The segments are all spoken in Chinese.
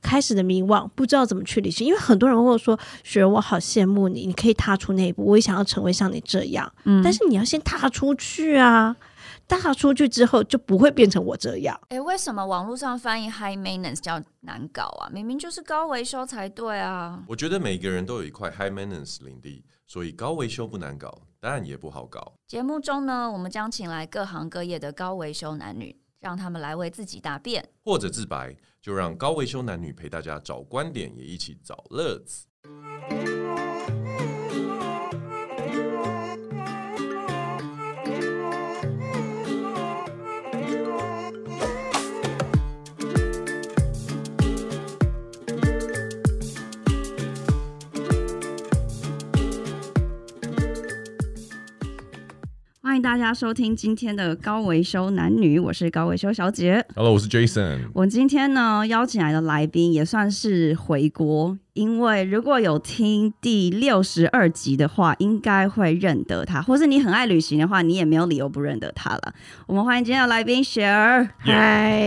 开始的迷惘，不知道怎么去理性，因为很多人会说：“雪儿，我好羡慕你，你可以踏出那一步，我也想要成为像你这样。”嗯，但是你要先踏出去啊！踏出去之后就不会变成我这样。哎、为什么网络上翻译 high maintenance 叫难搞啊？明明就是高维修才对啊！我觉得每个人都有一块 high maintenance 领地，所以高维修不难搞，当然也不好搞。节目中呢，我们将请来各行各业的高维修男女，让他们来为自己答辩。或者自白，就让高维修男女陪大家找观点，也一起找乐子。欢迎大家收听今天的高维修男女，我是高维修小姐。 Hello，我是 Jason。我今天呢邀请来的来宾也算是回国，因为如果有听第六十二集的话，应该会认得他，或是你很爱旅行的话，你也没有理由不认得他了。我们欢迎今天的来宾雪儿。嗨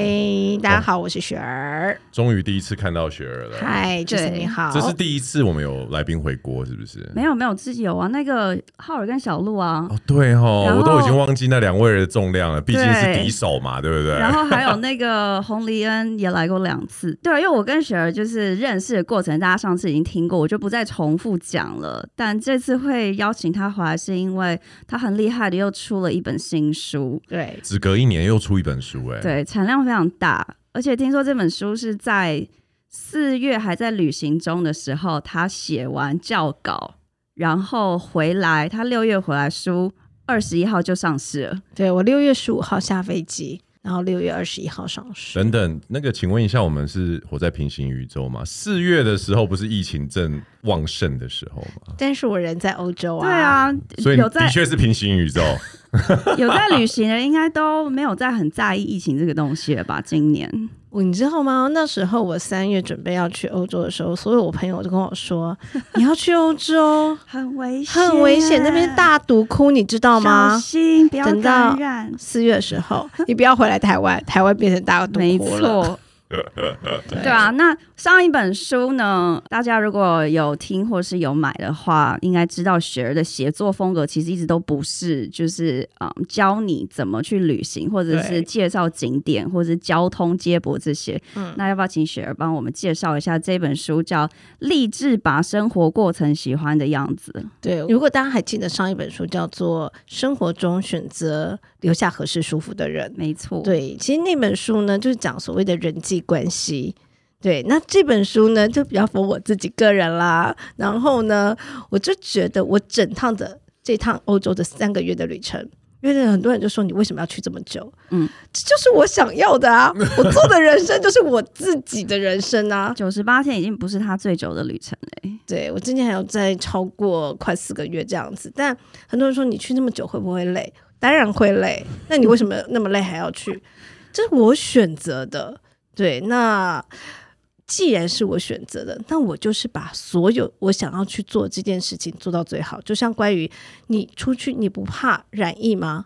大家好，我是雪儿。终于第一次看到雪儿了，嗨，就对是你好。这是第一次我们有来宾回国，是不是？没有没有，自己有啊，那个浩尔跟小鹿啊，哦，对哦，然后我都已经忘记那两位的重量了，毕竟是对敌手嘛，对不对？然后还有那个洪黎恩也来过两 次，对啊，因为我跟雪儿就是认识的过程，大家上次已经听过，我就不再重复讲了。但这次会邀请他回来，是因为他很厉害的又出了一本新书，对，只隔一年又出一本书、哎，，对，产量非常大，而且听说这本书是在四月还在旅行中的时候，他写完校稿，然后回来，他六月回来书。二十一号就上市了，对我六月十五号下飞机，然后六月二十一号上市。等等，那个，请问一下，我们是活在平行宇宙吗？四月的时候不是疫情正旺盛的时候吗？但是我人在欧洲啊。对，啊，所以有的在确是平行宇宙。 有在旅行的，应该都没有在很在意疫情这个东西了吧？今年我你知道吗？那时候我三月准备要去欧洲的时候，所有我朋友都跟我说：“你要去欧洲，很危险，很危险，那边大毒窟，你知道小吗心不要等到感染？”。四月的时候，你不要回来台湾，台湾变成大毒窟了。没错，对对啊。那上一本书呢？大家如果有听或是有买的话，应该知道雪儿的写作风格其实一直都不是，就是嗯，教你怎么去旅行，或者是对介绍景点，或者是交通接驳这些。嗯那要不要请雪儿帮我们介绍一下这本书？叫《励志把生活过成喜欢的样子》。对，如果大家还记得上一本书叫做《生活中选择留下合适舒服的人》，没错，对，其实那本书呢，就是讲所谓的人际关系。对，那这本书呢，就比较符合我自己个人啦。然后呢，我就觉得我整趟的这趟欧洲的三个月的旅程，因为很多人就说你为什么要去这么久？嗯嗯，这就是我想要的啊！我做的人生就是我自己的人生啊！九十八天已经不是他最久的旅程了、欸。对我之前还有在超过快四个月这样子，但很多人说你去那么久会不会累？当然会累，那你为 什么那么累还要去？这是我选择的，对。那既然是我选择的，那我就是把所有我想要去做这件事情做到最好。就像关于你出去，你不怕染疫吗？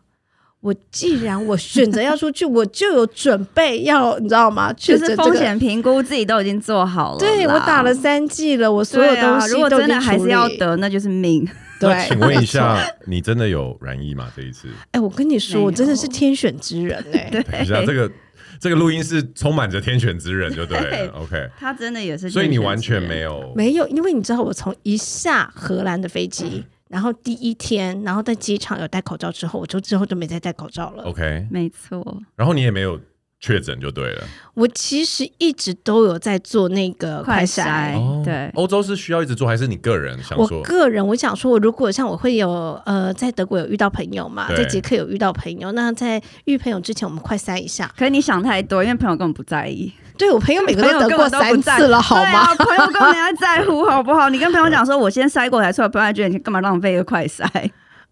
我既然我选择要出去，我就有准备要，你知道吗？确就诊是这风个险评估自己都已经做好了啦，对我打了三剂了，我所有对东啊，西如果都已真经的还处是要理得，那就是命。那对，请问一下，你真的有染疫吗？这一次， 哎、我跟你说，没我真的是有天选之人哎、对，等一下，这个这个录音是充满着天选之人，就对对了。OK，他真的也是，所以你完全没。有，没有，因为你知道，我从一下荷兰的飞嗯机，然后第一天，然后在机场有戴口罩之后，我就之后就没再戴口罩了。 OK，没错，然后你也没有确诊就对了。我其实一直都有在做那个快快筛哎筛。对欧洲是需要一直做，还是你个人哦想我说？个人我想说，我如果像我会有呃，在德国有遇到朋友嘛，对在捷克有遇到朋友，那在遇朋友之前，我们快筛一下。可是你想太多，因为朋友根本不在意，对我朋友每个朋友都得根过本都三不在次了，好对吗？啊朋友根本没在乎，好不好？你跟朋友讲说，我先塞过才出来，朋友还觉得你干嘛浪费一个 快塞？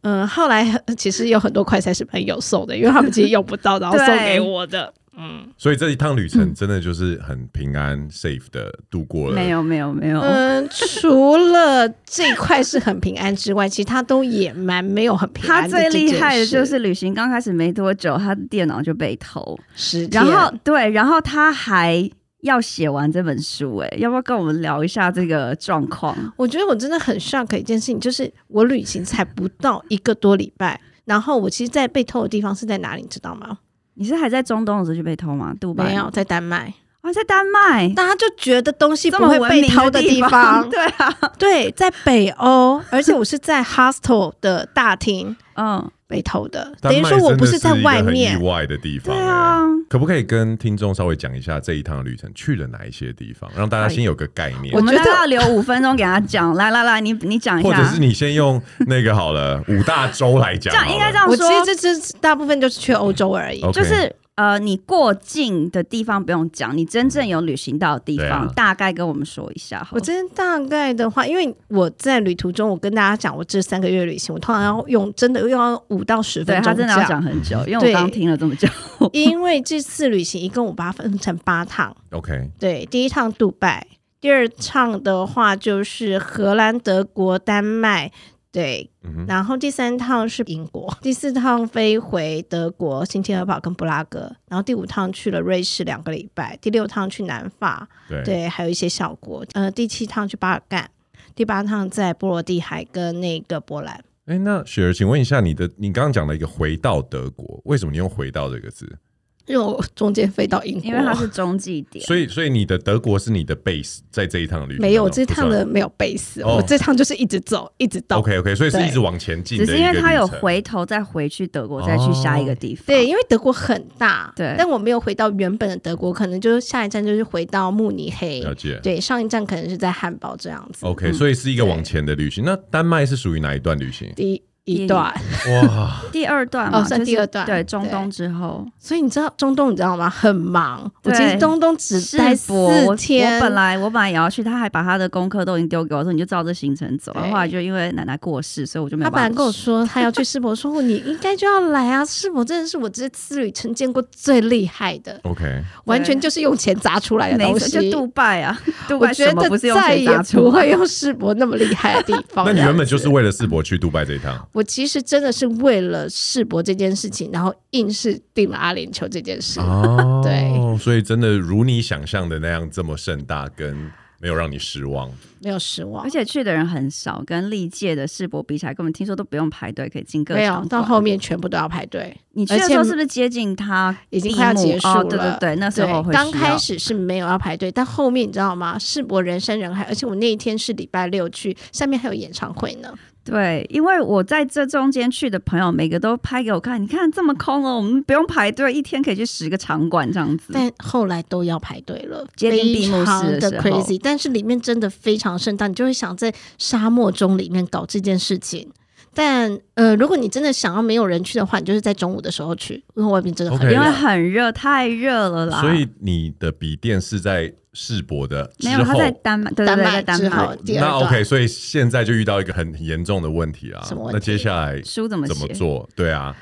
嗯，后来呃其实有很多快餐是朋友送的，因为他们其实用不 到，然后对送给我的。嗯所以这一趟旅程真的就是很平安、safe 的度过了。没有，没有，没有。嗯，除了这一块是很平安之外，其他都也蛮没有很平他安的这最厉件害的就事是旅行刚开始没多久，他的电脑就被偷。十天，然后对，然后他还要写完这本书、哎，要不要跟我们聊一下这个状况？我觉得我真的很 shock 一件事情，就是我旅行才不到一个多礼拜，然后我其实，在被偷的地方是在哪里，你知道吗？你是还在中东的时候就被偷吗？杜拜没有，在丹麦，啊，在丹麦，大家就觉得东西这不么会文被明偷的地 方， 对啊，对，在北欧，而且我是在 hostel 的大厅嗯，被偷的，丹等麦于说我真的不是在一个外很面意。外的地方、对欸。啊，可不可以跟听众稍微讲一下这一趟旅程去了哪一些地方，让大家先有个概念我？们觉大得概要留五分钟给他 讲，来来来，你你讲一或下，者是你先用那个好了，五大洲来讲这好样了，应该这样我说，其实这只大部分就是去欧洲而已。 OK 就是呃，你过境的地方不用讲，你真正有旅行到的地对方，啊大概跟我们说一下好我了。今天大概的话，因为我在旅途中，我跟大家讲，我这三个月旅行，我通常要用真的用到五到十对分他钟真的要讲很久，因为我对刚听了这么久。因为这次旅行一共我把它分成八趟， OK，对，第一趟杜拜，第二趟的话就是荷兰、德国、丹麦，对，嗯哼，然后第三趟是英国， 第四趟飞回德国、新天鹅堡跟布拉格，然后第五趟去了瑞士两个礼拜，第六趟去南法，对对，还有一些小国，呃，第七趟去巴尔干，第八趟在波罗的海跟那个波兰。哎、那雪儿，请问一下你的，你刚刚讲了一个回到德国，为什么你用“回到”这个字？因为我中间飞到英国，因哦为它是中继点，所以，所以你的德国是你的 base，在这一趟旅程没有当这中趟。不的算没有背死，哦我这趟就是一直走，一直到 OK OK，所以哦是对一直往前进的只一个是旅程，哦因为它有回头再回去德国，再去下一个地方。对，，因为德国很大，对但我没有回到原本的德国，可能就是下一站就是回到慕尼黑，了解。对，上一站可能是在汉堡这样子。？OK，所以是一个往前的旅行。那丹麦是属于哪一段旅行第第一一段，哇，第二段嘛，哦算就是第二段对，中东之后。所以你知道中东你知道吗？很忙，我对其实中东只待世博我四天我，本来我本来也要去，他还把他的功课都已经丢给我，说你就照这行程走。对后来就因为奶奶过世，所以我就没他有本来办法跟我去说他要去世博，说你应该就要来啊！世博真的是我这次旅程见过最厉害的， OK，完全就是用钱砸出来的没东错，西就。杜拜 啊，杜我拜觉什么得不是用再钱也砸不出来会 用世博那么厉害的地 方。那你原本这样子就是为了世博去杜拜这一趟，我其实真的是为了世博这件事情，然后硬是定了阿联酋这件啊事。哦对，所以真的如你想象的那样这么盛大，跟没有让你失望。没有失望而。且去的人很少，跟历届的世博比起来，根本听说都不用排队可以进各没有场，到馆后面全部都要排队，你去而的时且候是不是接近它已经闭快要幕结束了哦？对对对，那时候会对，刚需要开始是没有要排队，但后面你知道吗？世博人山人海，而且我那一天是礼拜六去，下面还有演唱会呢。对，因为我在这中间去的朋友，每个都拍给我看，你看这么空哦，我们不用排队，一天可以去十个场馆这样子。但后来都要排队了，嗯接近非闭幕常式的的时候 crazy，但是里面真的非常盛大，你就会想在沙漠中里面搞这件事情。但呃，如果你真的想要没有人去的话，你就是在中午的时候去，因为外面真的很 OK 热因为很热，太热了啦。所以你的笔电是在世博的之没有他后在丹麦，对对丹对，麦在丹之麦后。第二那段 OK，所以现在就遇到一个很严重的问题啊。什么问题那接下来书怎么写？怎么做？对啊，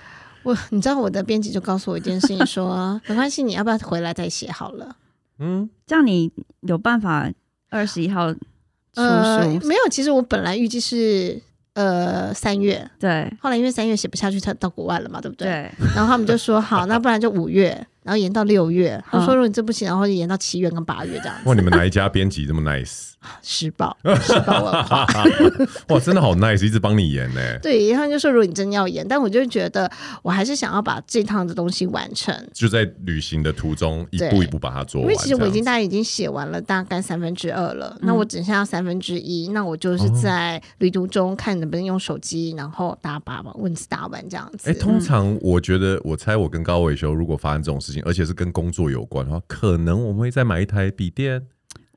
我你知道我的编辑就告诉我一件事情说 没关系，你要不要回来再写好了？嗯，这样你有办法二十一号出书？呃，没有，其实我本来预计是呃三月，对后来因为三月写不下去，他到国外了嘛，对不对？对，然后他们就说好，那不然就五月，然后延到六月。他们说嗯如果你这不行，然后就延到七月跟八月这样子。哇，你们哪一家编辑这 么 nice？时报，时报文 化。哇，真的好 nice，一直帮你演呢、对，他们就说如果你真要延，但我就觉得我还是想要把这趟的东西完成。就在旅行的途中一步一步把它做因完。为其实我已经这大概已经写完了大概三分之二了，那嗯哦我只剩下三分之一，那我就是在旅途中看能不能用手机，然后打把文字打完这样子。样子哎、嗯通常我觉得，我猜我跟高伟修，如果发生这种事情，而且是跟工作有关的话，可能我们会再买一台笔电，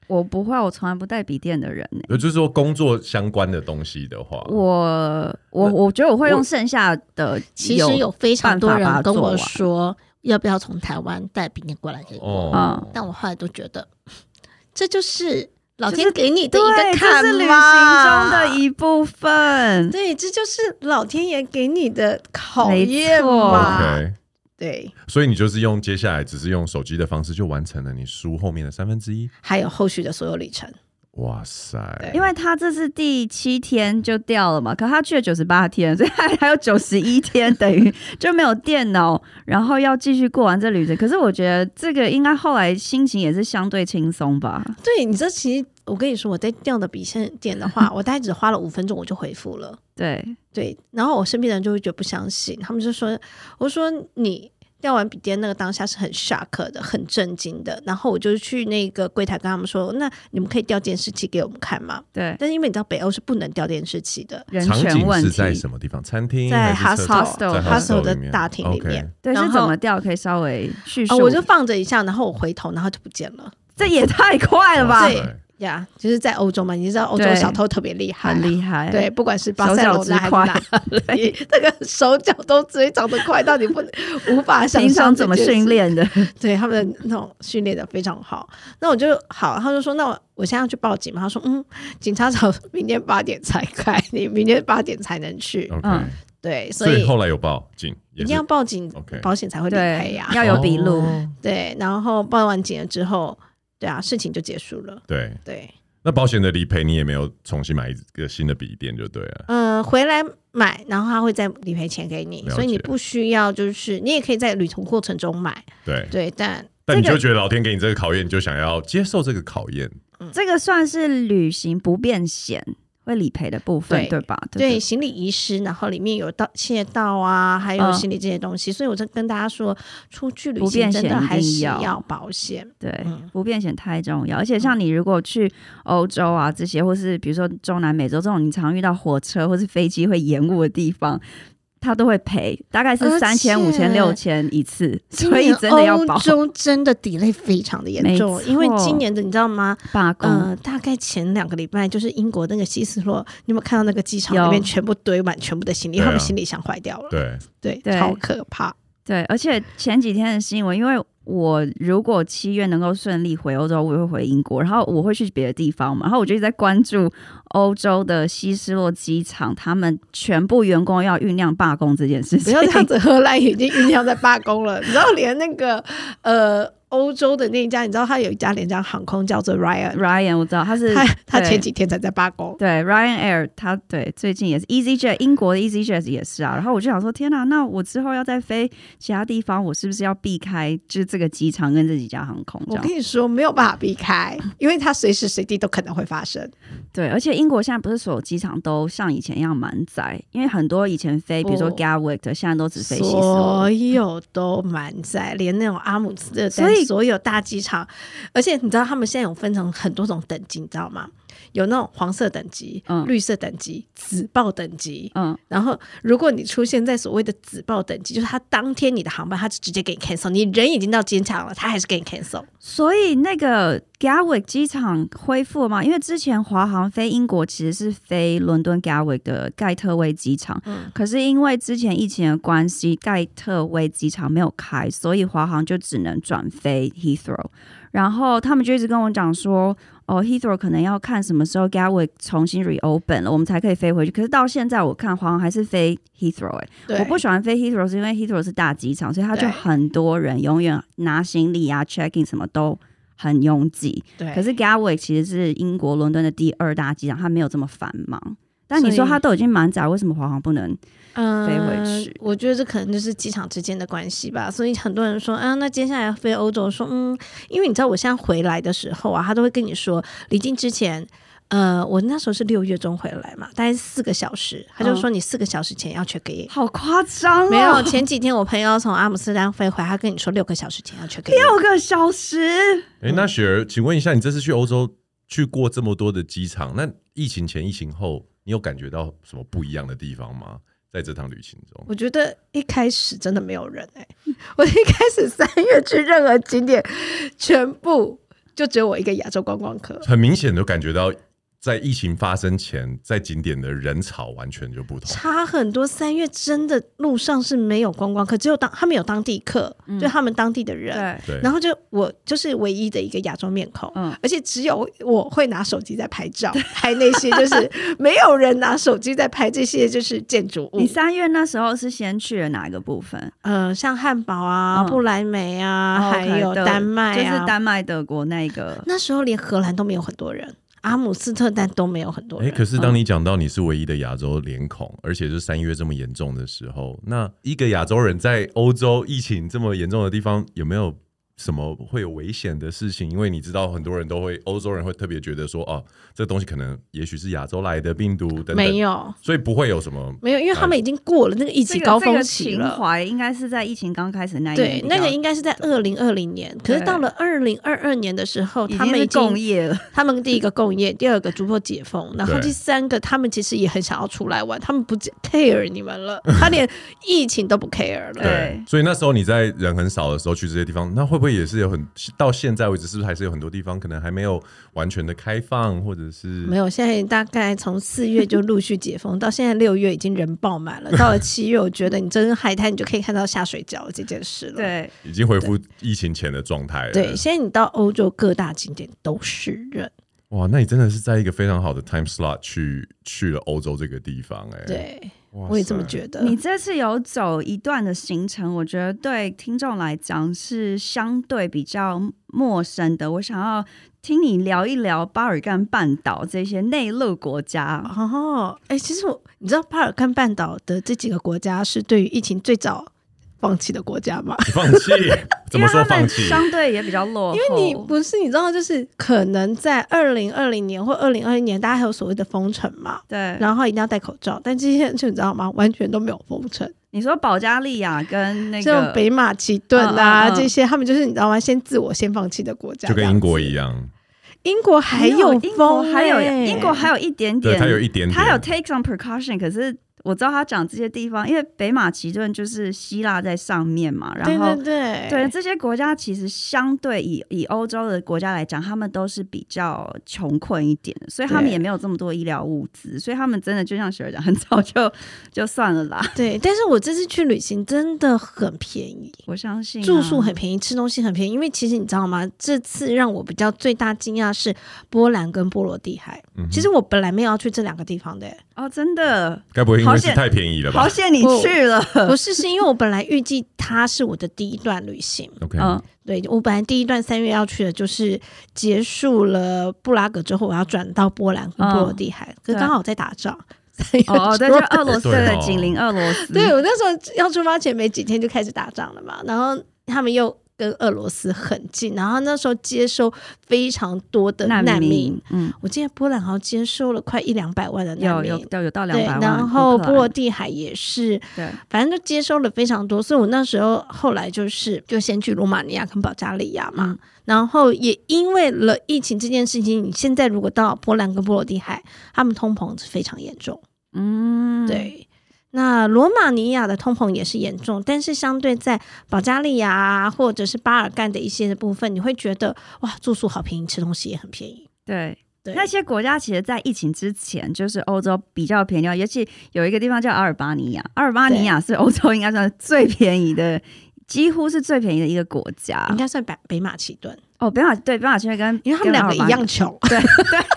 我不会，我从来不带笔电的人呢、也就是说工作相关的东西的话，我我我觉得我会用剩下的，其实有非常多办法把人它跟我做完说，要不要从台湾带笔电过来给我？嗯哦，但我后来都觉得， 这就是老就天是给你的对，一个这坎是旅行中嘛的一部分。对，这就是老天爷给你的考没验错嘛。 OK。对，所以你就是用接下来只是用手机的方式就完成了你书后面的三分之一。还有后续的所有旅程，哇塞！因为他这是第七天就掉了嘛，可他去了九十八天，所以他还有九十一天，等于就没有电脑，然后要继续过完这旅程。可是我觉得这个应该后来心情也是相对轻松吧。对，你这其实我跟你说，我在掉的笔线点的话，我大概只花了五分钟我就回复了。对，对，然后我身边的人就会觉得不相信，他们就说：“我说你掉完笔电那个当下是很 shock 的，很震惊的。”然后我就去那个柜台跟他们说：“那你们可以调监视器给我们看吗对？”，但是因为你知道北欧是不能调监视器的，人场权景问是题在什么地方？餐厅在还是厕 hostel- 在 hostel 的里面大厅里面。对，是然后怎么掉？可以稍微叙述。哦，我就放着一下，然后我回头，然后就不见了。这也太快了 OK 吧，哇对塞呀、就是在欧洲嘛，你知道欧洲对小偷特别厉害很啊、厉害。对，，不管是巴手塞脚罗之那还是快哪里，这个手脚都非常的快，到你不能无法想平象常怎么这件事训练的？对他们的那种训练的非常好。那我就好，他就说那我我现在要去报警嘛。他说嗯，警察找明天八点才开，你明天八点才能去。 OK，嗯对，所所以哦以后来有报警，一也定是要报警 OK 保险才会理赔对呀、，要有笔录。哦对，然后报完警了之后，对啊，事情就结束了。对，对，那保险的理赔你也没有重新买一个新的笔电就对了。嗯、回来买，然后他会再理赔钱给你，了所以你解不需要，就是你也可以在旅途过程中买，对，对，但但你这个就觉得老天给你这个考验，你就想要接受这个考验。这个算是旅行不便险会理赔的部分，对对吧？对对行李遗失，然后里面有盗窃盗啊，还有嗯行李这些东西，所以我就跟大家说，出去旅不行便真的险一还定是要要保险。对对嗯不便险太重要，而且像你如果去欧洲啊这些，或是比如说中南美洲这种你常遇到火车或是飞机会延误的地方，它都会赔，大概而且是三千、五千、六千一次，所以真的要保欧。洲真的 delay 非常的严重没，错因为今年的你知道吗？罢工、呃，大概前两个礼拜就是英国那个希斯洛，你有没有看到那个机场里面有全部堆满全部的行李，对啊他们行李箱坏掉了，对，对，对超可怕。对，而且前几天的新闻，因为我如果七月能够顺利回欧洲，我也会回英国，然后我会去别的地方嘛，然后我就一直在关注欧洲的希斯洛机场，他们全部员工要酝酿罢工这件事不情要。这样子，荷兰已经酝酿在罢工了。你知道，连那个呃欧洲的那一家，你知道它有一家廉价航空叫做 Ryan， Ryan，我知道他是他他对前几天才在罢工。对 Ryanair，他对最近也是 EasyJet，英国的 EasyJet 也是啊。然后我就想说，天哪、那我之后要再飞其他地方，我是不是要避开就是这个机场跟这几家航空？这我样跟你说，没有办法避开，因为它随时随地都可能会发生。对，而且英国现在不是所有机场都像以前一样满载，因为很多以前飞，比如说不 Gatwick 的，现在都只飞希斯所罗。有都满载，连那种阿姆斯特丹，所以所有大机场，而且你知道他们现在有分成很多种等级，你知道吗？有那种黄色等级、嗯绿色等级、紫爆等级。嗯，然后，如果你出现在所谓的紫爆等级，就是他当天你的航班，他就直接给你 cancel，你人已经到机场了，他还是给你 cancel。所以那个 Gatwick 机场恢复了吗？因为之前华航飞英国其实是飞伦敦 Gatwick 的盖特威机场，嗯可是因为之前疫情的关系，盖特威机场没有开，所以华航就只能转飞 Heathrow。然后他们就一直跟我讲说，哦，Heathrow 可能要看什么时候 Gatwick 重新 reopen 了，我们才可以飞回去。可是到现在我看华航还是飞 Heathrow 哎、对，我不喜欢飞 Heathrow 是因为 Heathrow 是大机场，所以它就对很多人永远拿行李啊、check in 什么都很拥挤。对，可是 Gatwick 其实是英国伦敦的第二大机场，它没有这么繁忙。但所你以说它都已经满载，为什么华航不能？飞回嗯去我觉得这可能就是机场之间的关系吧。所以很多人说，啊，那接下来飞欧洲，说，嗯，因为你知道我现在回来的时候啊，他都会跟你说，离境之前。呃，我那时候是六月中回来嘛，大概四个小时，他就说你四个小时前要 check in。嗯好夸张哦！没有，前几天我朋友从阿姆斯特丹飞回来，他跟你说六个小时前要 check in。六个小时，哎，那雪儿，请问一下，你这次去欧洲去过这么多的机场，那疫情前、疫情后，你有感觉到什么不一样的地方吗？在这趟旅行中，我觉得一开始真的没有人哎、 我一开始三月去任何景点，全部就只有我一个亚洲观光客。很明显就感觉到，在疫情发生前，在景点的人潮完全就不同。差很多。三月真的路上是没有观光客，只有当他们有当地客，就他们当地的人。嗯对，对，然后就我就是唯一的一个亚洲面孔，嗯而且只有我会拿手机在拍照， 拍那些就是没有人拿手机在拍这些就是建筑物你，三月那时候是先去了哪一个部分？呃，像汉堡啊、嗯布莱梅啊，哦还有，OK，德丹麦就啊， 是丹麦、德国那个。那时候连荷兰都没有很多人。阿姆斯特丹都没有很多哎、人。可是当嗯你讲到你是唯一的亚洲脸孔，而且是三月这么严重的时候，那一个亚洲人在欧洲疫情这么严重的地方，有没有什么会有危险的事情？因为你知道，很多人都会，欧洲人会特别觉得说，哦，这东西可能也许是亚洲来的哎病毒等等，没，有所以不会有什么。没有，因为他们已经过了那个疫这情个高这个峰期情了。怀应该是在疫情刚开始那一对，年比较，那个应该是在二零二零年，可是对到了二零二二年的时候，已他们经已是经共业了，他们第一个共业，第二个逐步解封，然后对第三个他们其实也很想要出来玩，他们不 care 你们了，他连疫情都不 care 了。对所以那时候你在人很少的时候去这些地方，那会不会也是有很到现在为止，是不是还是有很多地方可能还没有完全的开放，或者是没有，现在大概从四月就陆续解封，到现在六月已经人爆满了。到了七月，我觉得你真海滩，你就可以看到下水饺这件事了。对，已经恢复疫情前的状态了？对，现在你到欧洲各大景点都是人。哇，那你真的是在一个非常好的 time slot 去去了欧洲这个地方哎、对，哇塞，我也这么觉得。你这次有走一段的行程，我觉得对听众来讲是相对比较陌生的。我想要听你聊一聊巴尔干半岛这些内陆国家。哦，哎、其实我你知道巴尔干半岛的这几个国家是对于疫情最早放弃的国家吗？ 你放弃， 怎因么为说他放们弃？相对也比较落后，因为你不是你知道，就是可能在二零二零年或二零二一年，大家还有所谓的封城嘛，对，然后一定要戴口罩，但这些就你知道吗？完全都没有封城，你说保加利亚跟那像个北马其顿啊嗯嗯嗯这些，他们就是你知道吗？先自我先放弃的国家，就跟英国这样一样，子，英国还有英国封欸、还有英国还有一点对，点，它有一点点，他有 take some precaution，可是我知道他讲这些地方，因为北马其顿就是希腊在上面嘛，然后对对对 对这些国家其实相对以以欧洲的国家来讲，他们都是比较穷困一点的，所以他们对也没有这么多医疗物资，所以他们真的就像雪儿讲，很早就就算了啦。对，但是我这次去旅行真的很便宜，我相信啊、住宿很便宜，吃东西很便宜，因为其实你知道吗？这次让我比较最大惊讶是波兰跟波罗的海。嗯哼其实我本来没有要去这两个地方的、哦，真的该不会因为好是险太便宜了吧好险你哦去了，不是，是因为我本来预计它是我的第一段旅行。 ？OK，、嗯，对我本来第一段三月要去的就是结束了布拉格之后，我要转到波兰跟波罗的海，可是刚好在打仗。三月 哦，对，初就俄罗斯对的哦紧邻俄罗斯，对我那时候要出发前没几天就开始打仗了嘛，然后他们又跟俄罗斯很近，然后那时候接收非常多的难难民民，嗯，我记得波兰好像接收了快一两百万的难有民，有到有到两对，百万，然后乌克波兰罗的海也是，对。反正就接收了非常多，所以我那时候后来就是就先去罗马尼亚跟保加利亚嗯嘛，然后也因为了疫情这件事情，你现在如果到波兰跟波罗的海，他们通膨是非常严重，嗯，对。那罗马尼亚的通膨也是严重，但是相对在保加利亚啊，或者是巴尔干的一些的部分，你会觉得哇，住宿好便宜，吃东西也很便宜。对。对，那些国家其实，在疫情之前，就是欧洲比较便宜，尤其有一个地方叫阿尔巴尼亚，阿尔巴尼亚是欧洲应该算是最便宜的，几乎是最便宜的一个国家应。该算北北马其顿，哦，北马对北马其顿跟因为他们两个一，跟阿尔巴样尼穷。对对。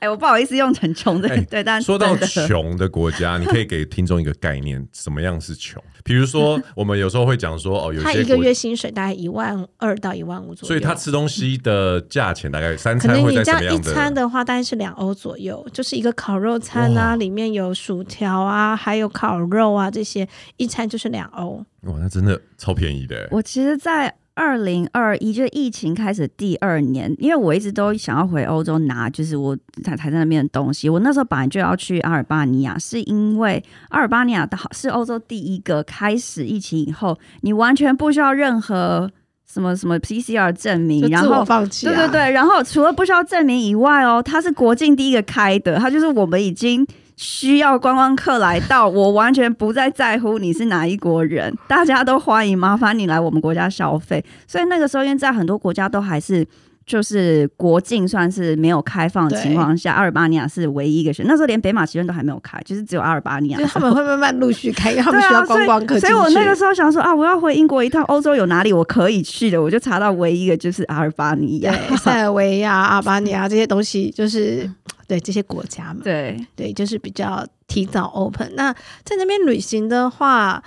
哎、我不好意思用很穷的，哎对，但 是说到真的穷的国家，你可以给听众一个概念，什么样是穷？比如说，我们有时候会讲说，哦，有他些一个国月薪水大概一万二到一万五左右，所以他吃东西的价钱大概三可餐能会你在这什么样一样餐的？的话，大概是两欧左右，就是一个烤肉餐哇啊，里面有薯条啊，还有烤肉啊这些，一餐就是两欧。哇，那真的超便宜的。哎我其实，在二零二一，就是疫情开始第二年，因为我一直都想要回欧洲拿，就是我台台在那边的东西。我那时候本来就要去阿尔巴尼亚，是因为阿尔巴尼亚的好是欧洲第一个开始疫情以后，你完全不需要任何什么什么 PCR 证明就，然自我后。放弃、啊，对对对，然后除了不需要证明以外哦，它是国境第一个开的，它就是我们已经需要观光客来到，我完全不再在乎你是哪一国人，大家都欢迎，麻烦你来我们国家消费。所以那个时候，因为在很多国家都还是。就是国境算是没有开放的情况下，阿尔巴尼亚是唯一一个选。那时候连北马其顿都还没有开，就是只有阿尔巴尼亚就。是他们会慢慢陆续开，因为他们对啊需要观光客进所以去。我那个时候想说啊，我要回英国一趟，欧洲有哪里我可以去的，我就查到唯一一个就是阿尔巴尼亚。 对塞尔维亚、阿尔巴尼亚这些东西，就是对这些国家嘛，嗯对， 对，就是比较提早 open。那在那边旅行的话，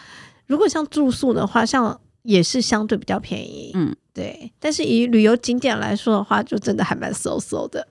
如果像住宿的话，像也是相对比较便宜，嗯，对，但是以旅游景点来说的话，就真的还蛮 so so 的。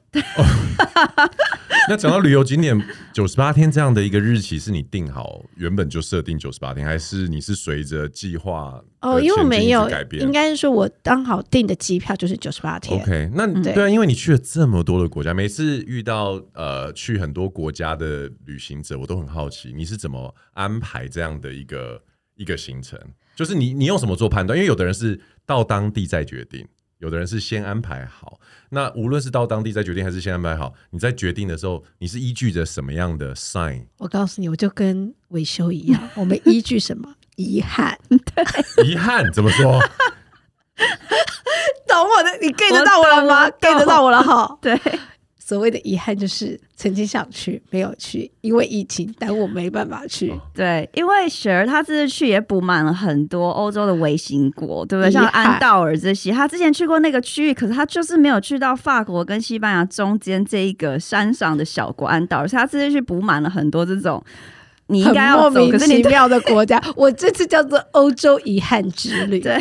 那讲到旅游景点，九十八天这样的一个日期是你定好原本就设定九十八天，还是你是随着计划哦，的因为我前进没去有改，变应该是说我刚好订的机票就是嗯九十八天。 OK，那对对啊，因为你去了这么多的国家，每次遇到呃去很多国家的旅行者，我都很好奇你是怎么安排这样的一个一个行程，就是你你用什么做判断？因为有的人是到当地再决定，有的人是先安排好。那无论是到当地再决定，还是先安排好，你在决定的时候，你是依据着什么样的 sign 我告诉你，我就跟维修一样，我们依据什么？遗憾，遗憾？怎 么说？懂我的？你 get 我得到我了吗懂我懂？get 得到我了哈。对，所谓的遗憾就是曾经想去，没有去，因为疫情耽误，没办法去。对，因为雪儿她这次去也补满了很多欧洲的微型国，对不对？遗憾像安道尔这些，她之前去过那个区域，可是她就是没有去到法国跟西班牙中间这一个山上的小国安道尔，所以她这次去补满了很多这种你应很该莫要走，名可是你其妙的国家，我这次叫做欧洲遗憾之旅。对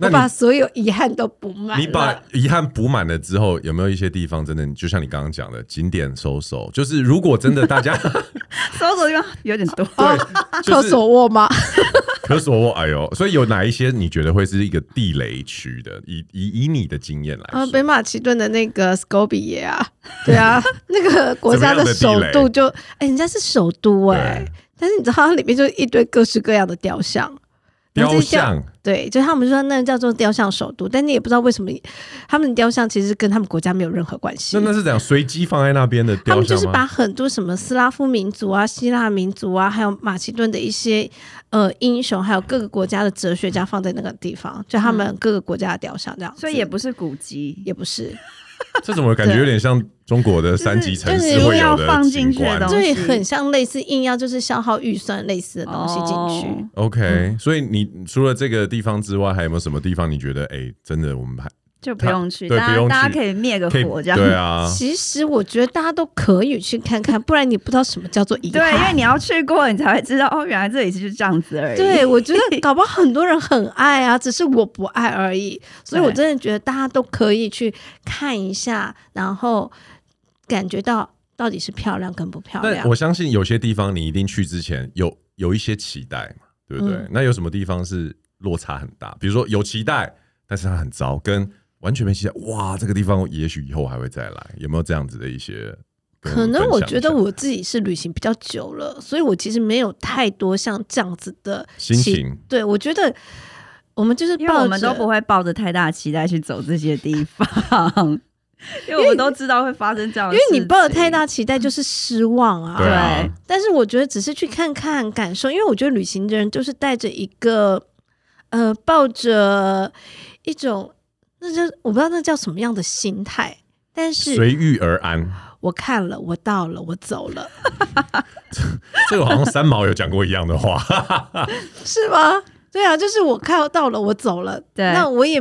我那把你所有遗憾都补满你把了。遗憾补满了之后，有没有一些地方真的就像你刚刚讲的景点收手？就是如果真的大家 搜索地方有点多。哦厕对，就是所卧吗？可是我哎呦，所以有哪一些你觉得会是一个地雷区的？以以以你的经验来啊，说，北马其顿的那个 Scobie 耶啊， 对啊，那个国家的首都就，哎、人家是首都哎、对但是你知道它里面就一堆各式各样的雕像，然后雕这些雕，像对，就他们说那叫做雕像首都，但你也不知道为什么他们的雕像其实跟他们国家没有任何关系那。那是怎样随机放在那边的他雕们就像是把吗？很多什么斯拉夫民族啊、希腊民族啊，还有马其顿的一些呃英雄，还有各个国家的哲学家放在那个地方，就他们各个国家的雕像这样子、嗯所以也不是古迹，也不是，这怎么感觉有点像中国的三级城市会有就是的要放进景去的观东西对，很像类似硬要就是消耗预算类似的东西进去。哦 OK，所以你除了这个地方之外，还有没有什么地方你觉得哎、真的我们还就不用去，对大不家用去大家可以灭个可以火这样。对啊？其实我觉得大家都可以去看看，不然你不知道什么叫做遗对，因为憾。你要去过，你才会知道哦，原来这里是这样子而 已。对，我觉得搞不好很多人很爱啊，只是我不爱而已。所以我对真的觉得大家都可以去看一下，然后感觉到到底是漂亮跟不漂但亮我。相信有些地方你一定去之前有有一些期待嘛，对不对？嗯那有什么地方是落差很大？比如说有期待，但是它很糟，跟完全没期待，哇，这个地方也许以后还会再来，有没有这样子的一些？跟可能我分享一下觉得我自己是旅行比较久了，所以我其实没有太多像这样子的心期情对，我觉得我们就是因为我抱们都着不会抱着太大期待去走这些地方，因为我们都知道会发生这样的因事为情。你抱着太大期待就是失望啊。对啊，但是我觉得只是去看看感受，因为我觉得旅行的人就是带着一个呃，抱着一种那叫我不知道那叫什么样的心态。但是随遇而安。我看了，我到了，我走了，这个好像三毛有讲过一样 的话， 是吗？对啊，就是我看到了，我走了。对那我也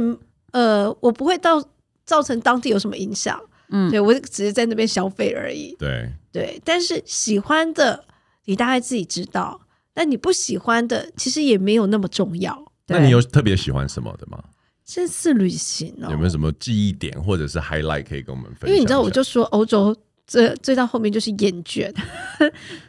呃，我不会到造成当地有什么影响。嗯对我只是在那边消费而已。对，对，但是喜欢的你大概自己知道，但你不喜欢的其实也没有那么重要。那你有特别喜欢什么的吗？这次旅行哦，有没有什么记忆点或者是 highlight 可以跟我们分享一下？因为你知道，我就说欧洲最最到后面就是厌倦，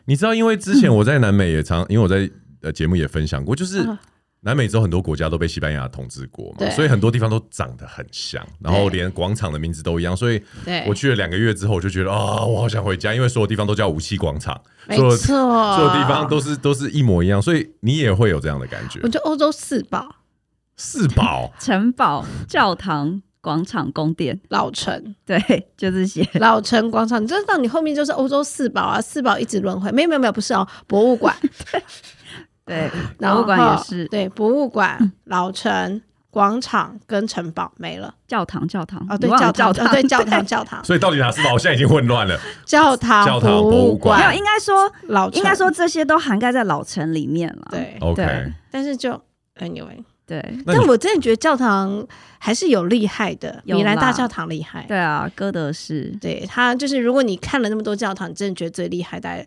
你知道，因为之嗯前我在南美也常，因为我在呃节目也分享过，就是啊南美洲很多国家都被西班牙统治过嘛对，所以很多地方都长得很像，然后对连广场的名字都一样，所以对我去了两个月之后，我就觉得啊、我好想回家，因为所有地方都叫武器广场，所没有错，所有地方。都是都是一模一样，所以你也会有这样的感觉我。觉得欧洲四宝：四宝城堡、教堂、广场、宫殿，老城、 对，就这些。老城广场。你知道，你后面就是欧洲四宝啊，四宝一直轮回。没有，没有，没有，不是哦，博物 馆， 对，然博后物馆也是，对，博物馆、老城、广场跟城堡没了教堂、教堂啊，对，你忘教堂，了教啊，对，教堂，教堂，所以到底哪四宝？我现在已经混乱了。教堂、教堂博物物馆 没有，应该说，老城应该说这些都涵盖在老城里面了。对， OK，对但是就 anyway，对，哦那但你我真的觉得教堂还是有厉害的，有米兰大啦教堂厉害。对啊，哥德式，对，它就是如果你看了那么多教堂，你真的觉得最厉害大概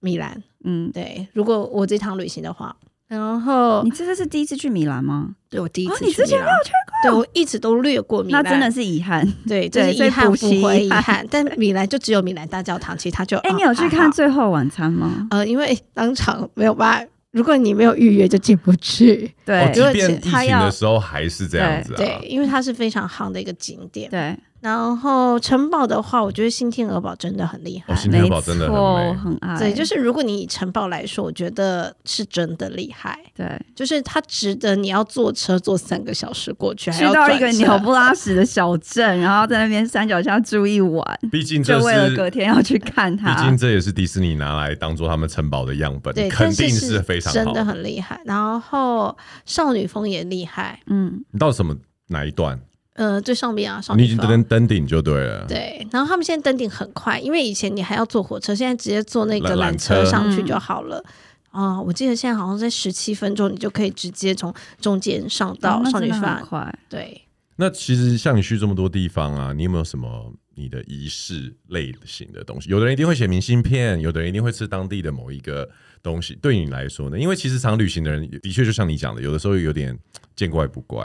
米兰。嗯，对，如果我这趟旅行的话，然后你这次是第一次去米兰吗？哦对我第一哦次你去之米前兰，没有去过对我一直都略过米那兰，哦真的是遗憾。对，这对所是以遗憾补不习回遗遗憾憾。但米兰就只有米兰大教堂，其他就哎、哦你有去还看好《最后晚餐》吗？呃，因为当场没有办法，如果你没有预约就进不去。哦，对即因为便疫他情要的时候还是这样子啊。对，因为它是非常夯的一个景点。对，然后城堡的话，我觉得新天鹅堡真的很厉害。哦，新天鹅没堡错，真的很美。很爱，对，就是如果你以城堡来说，我觉得是真的厉害，对，就是它值得你要坐车坐三个小时过去，还去要到一转个车鸟不拉屎的小镇，然后在那边山脚下住一晚，毕竟这，就是为了隔天要去看毕竟它。这也是迪士尼拿来当做他们城堡的样本对，，肯但定是非常真好的。很厉害。然后少女峰也厉害，嗯，你到什么哪一段？呃，最上面啊，少女你已经峰登登顶就对了。对，然后他们现在登顶很快，因为以前你还要坐火车，现在直接坐那个缆缆缆车车上去嗯就好了。哦，我记得现在好像在十七分钟，你就可以直接从中间上到哦那少女真的饭。很快。对，那其实像你去这么多地方啊，你有没有什么你的仪式类型的东西？有的人一定会写明信片，有的人一定会吃当地的某一个东西。对你来说呢？因为其实常旅行的人，的确就像你讲的，有的时候有点见怪不怪。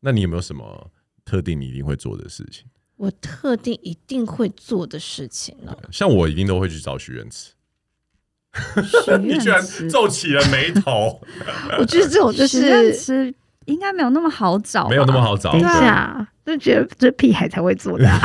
那你有没有什么特定你一定会做的事情？我特定一定会做的事情呢、像我一定都会去找许愿池。许你愿居然池皱起了眉头，我觉得这种就许愿是池应该没有那么好找，没有那么。好找。对对啊，就觉得这屁孩才会做的、啊。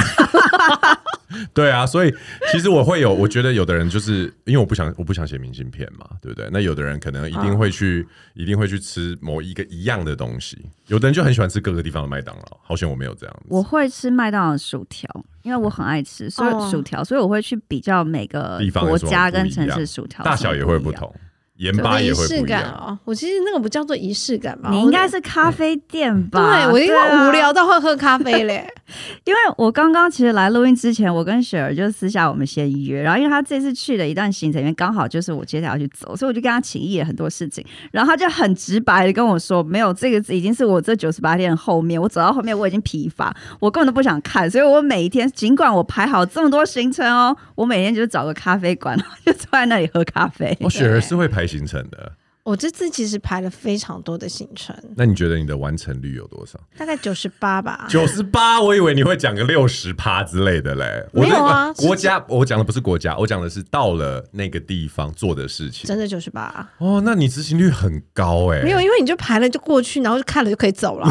对啊，所以其实我会有，我觉得有的人就是因为我不想我不想写明信片嘛，对不对？那有的人可能一定会去，一定会去吃某一个一样的东西，有的人就很喜欢吃各个地方的麦当劳，好险我没有这样 我子。会吃麦当劳的薯条，因为我很爱吃，所哦以薯条，所以我会去比较每个地方有国什么家不跟一城样市薯条大有什么小也会不不一样。同，盐巴也仪会式不一感样。哦，我其实那个不叫做仪式感吧？你我应的该是咖啡店哦对吧？我因啊为无聊到会喝咖啡嘞。 因为我刚刚其实来录音之前，我跟雪儿就私下我们先约，然后因为她这次去的一段行程里面刚好就是我接下来要去走，所以我就跟她请益了很多事情，然后她就很直白的跟我说，没有这个已经是我这九十八天后面，我走到后面我已经疲乏，我根本都不想看，所以我每一天尽管我排好这么多行程哦，我每天就是找个咖啡馆，然后就坐在那里喝咖 啡。我哦雪儿是会排行程的，我这次其实排了非常多的行程，那你觉得你的完成率有多少？大概九十八吧。九十八，我以为你会讲个六十趴之类的嘞。我没有啊那个国家我讲的不是国家，我讲的是到了那个地方做的事情。真的九十八，哦，那你执行率很高哎、没有，因为你就排了就过去，然后就看了就可以走了。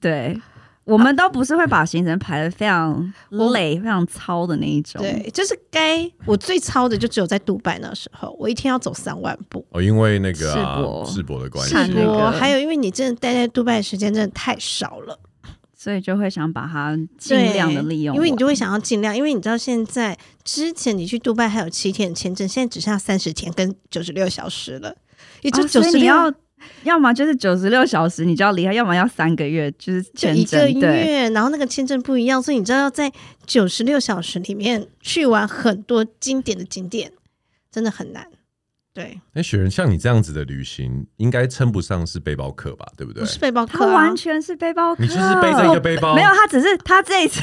对，我们都不是会把行程排的非常累、非常糙的那一种。啊对，就是该我最操的就只有在杜拜那时候，我一天要走三万步。哦，因为那个啊世博世博的关系世，看那博我个还有，因为你真的待在杜拜的时间真的太少了，所以就会想把它尽对量的利用完，因为你就会想要尽量，因为你知道现在之前你去杜拜还有七天的签证，现在只剩下三十天跟九十六小时了，也就哦九所以十你六要，要么就是九十六小时你就要离开，要么要三个月，就是就签一个证对。月，然后那个签证不一样，所以你知道要在九十六小时里面去完很多经典的景点，真的很难。对，哎、雪人，像你这样子的旅行，应该称不上是背包客吧？对不对我？是哦背包客、他啊，完全是背包客，啊你就是背着一个背包，没有，他只是他这一次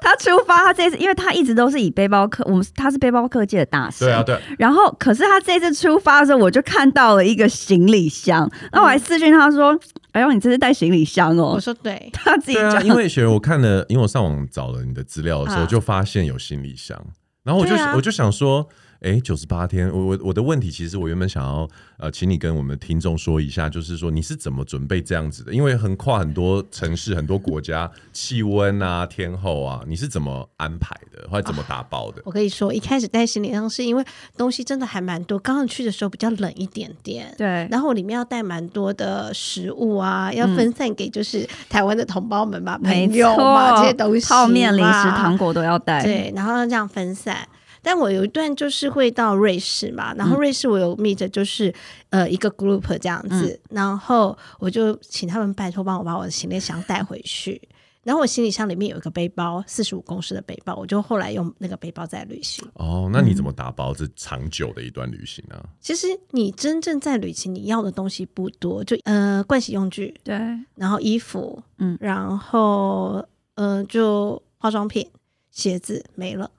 他出发，他这一次，因为他一直都是以背包客，我们他是背包客界的大神，对啊，对啊，然后，可是他这次出发的时候，我就看到了一个行李箱，嗯那我还私讯他说：“哎呦，你这是带行李箱我哦。说对”， 他自己对啊，讲，因为雪人，我看了，因为我上网找了你的资料的时候，啊就发现有行李箱，然后我就、对啊我就想说。哎，九十八天，我我我的问题其实我原本想要呃，请你跟我们听众说一下，就是说你是怎么准备这样子的？因为横跨很多城市、很多国家，气温啊、天候啊，你是怎么安排的，或者怎么打包的？我跟你说，一开始带行李箱是因为东西真的还蛮多，刚刚去的时候比较冷一点点。 对，然后我里面要带蛮多的食物啊，要分散给就是台湾的同胞们嘛、嗯没朋友错，嘛这些东西嘛，泡面、零食、糖果都要带。对，然后这样分散。但我有一段就是会到瑞士嘛，然后瑞士我有 meet 就是、呃一个 group 这样子，然后我就请他们拜托帮我把我的行李箱带回去。然后我行李箱里面有一个背包，四十五公升的背包，我就后来用那个背包在旅行。哦，那你怎么打包这长久的一段旅行啊？其实你真正在旅行，你要的东西不多，就呃盥洗用具，对，然后衣服，嗯然后呃就化妆品、鞋子没了。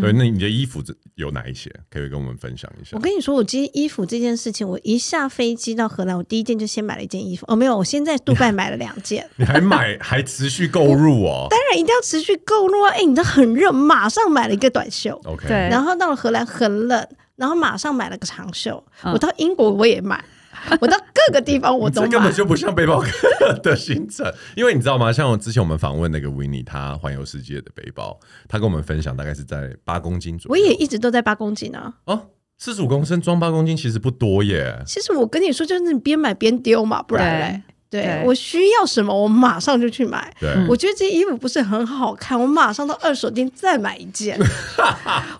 对，那你的衣服这有哪一些？可以跟我们分享一下我。跟你说，我今天衣服这件事情，我一下飞机到荷兰，我第一件就先买了一件衣服。哦，没有，我先在杜拜买了两件。你还买，还持续购入哦。当然一定要持续购入啊！哎、你这很热，马上买了一个短袖， OK，对然后到了荷兰很冷，然后马上买了个长袖。嗯我到英国我也买，我到各个地方哦我都这根买本。就不像背包客的行程，因为你知道吗？像我之前我们访问那个维尼，他环游世界的背包，他跟我们分享大概是在八公斤左我右。也一直都在八公斤啊。哦，四十五公升装八公斤其实不多耶。其实我跟你说，就是你边买边丢嘛，不然嘞，对对我需要什么，我马上就去买。对，我觉得这衣服不是很好看，我马上到二手店再买一 件。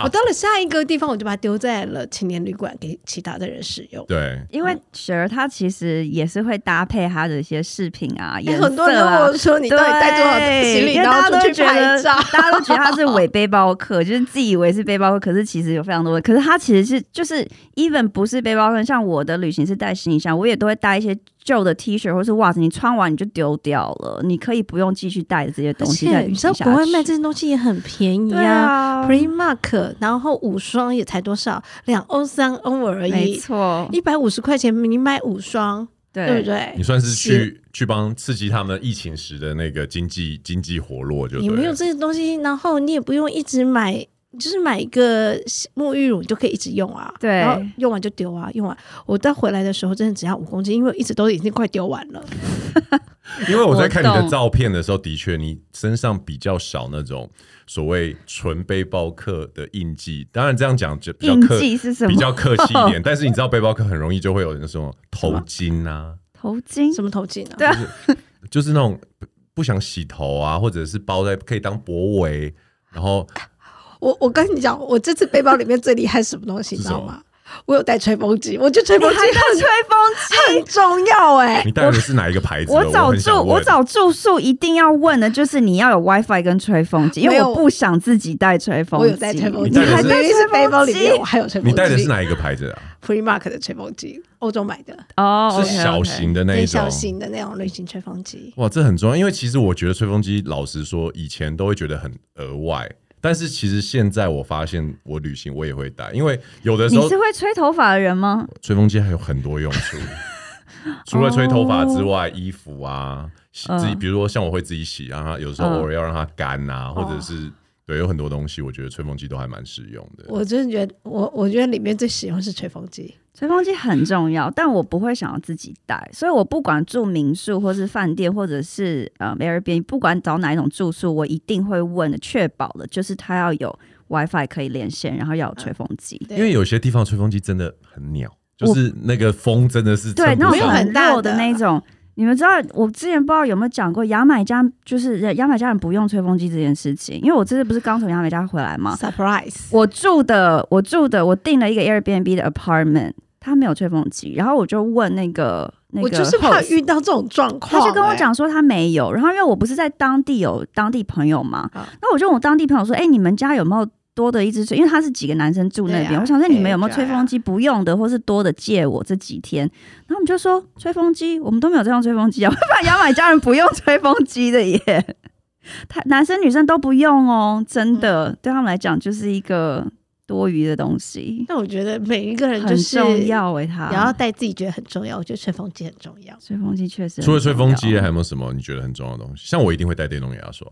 我到了下一个地方，我就把它丢在了青年旅馆给其他的人使用。对，因嗯为雪儿她其实也是会搭配她的一些饰品啊，哎颜色啊。很多人问我说：“你到底带多少行李，对因然为后大家都出去觉拍得，照大家都觉得他是伪背包客， 就是自以为是背包客，可是其实有非常多的。可是他其实是就是 even 不是背包客，像我的旅行是带行李箱，我也都会带一些旧的 T 恤或是袜子，你穿完你就丢掉了，你可以不用继续带着这些东西在旅行下去。这些东西也很便宜对啊 p r i m a r k 然后五双也才多少，两欧三欧而没已，错，一百五十块钱你买五双，对不对。对你？算是是去去帮刺激他们疫情时的那个经济经济活络就对你了。没有这些东西，然后你也不用一直买，就是买一个沐浴乳就可以一直用啊。对然后用完就丢啊，用完我到回来的时候真的只要五公斤，因为我一直都已经快丢完 了。因为我在看你我的懂照片的时候，的确你身上比较少那种所谓纯背包客的印记。当然这样讲就比较印客记是什比么？较客气一 点，但是你知道背包客很容易就会有那种头巾啊，头巾什么头巾啊？对就是那种不不想洗头啊，或者是包在可以当脖围，然后我我跟你讲，我这次背包里面最厉害是什么东西，你知是什么道吗？我有带吹风机，我觉得吹风还机在吹风 机。很很重要哎、你带的是哪一个牌子的？我找很住想问我找住宿一定要问的就是你要有 WiFi 跟吹风机，因没为有我不想自己带吹风我机。有带吹风你机，带的还是明明是背包里你带的面，我还有吹风机。你带的是哪一个牌子的啊？ ？Primark 的吹风机，欧洲买的，哦是小型的那一很种小。型的那种旅行吹风机。哇，这很重要，因为其实我觉得吹风机，老实说，以前都会觉得很额外，但是其实现在我发现，我旅行我也会带，因为有的时你候是会吹头发的人吗？吹风机还有很多用 处，除了吹头发之外，衣服啊，洗哦自己，嗯比如说像我会自己洗，然后有时候嗯偶尔要让它干啊，哦或者是对，有很多东西，我觉得吹风机都还蛮实用的。我真的觉得，我我觉得里面最喜欢是吹风机。吹风机很重要，但我不会想要自己带，所以我不管住民宿或是饭店，或者是呃 Airbnb，不管找哪一种住宿，我一定会问的，确保的就是它要有 WiFi 可以连线，然后要有嗯吹风机。对因为有些地方吹风机真的很鸟，就是那个风真的是撑对，不种那没种有上很很大弱的的那种。你们知道我之前不知道有没有讲过牙买加，就是牙买加人不用吹风机这件事情，因为我这次不是刚从牙买加回来吗？ Surprise，我住的我住的我订了一个 Airbnb 的 apartment，他没有吹风机，然后我就问那个那个我就是怕 host 遇到这种状况、他就跟我哎，讲说他没有，然后因为我不是在当地有当地朋友嘛，啊那我就问我当地朋友说，哎、你们家有没有多的一只吹？因为他是几个男生住那边，对啊我想说你们有没有可以吹啊风机不用的，或是多的借我这几天？然后我们就说吹风机，我们都没有在用吹风机啊， 我把牙买加人不用吹风机的耶。 他男生女生都不用哦，真的、嗯对他们来讲就是一个多余的东西，但我觉得每一个人就很是重要哎、他也要带自己觉得很重要。我觉得吹风机很重要。吹风机确实很除了吹风重机，要还有没有什么你觉得很重要的东西？像我一定会带电动牙刷，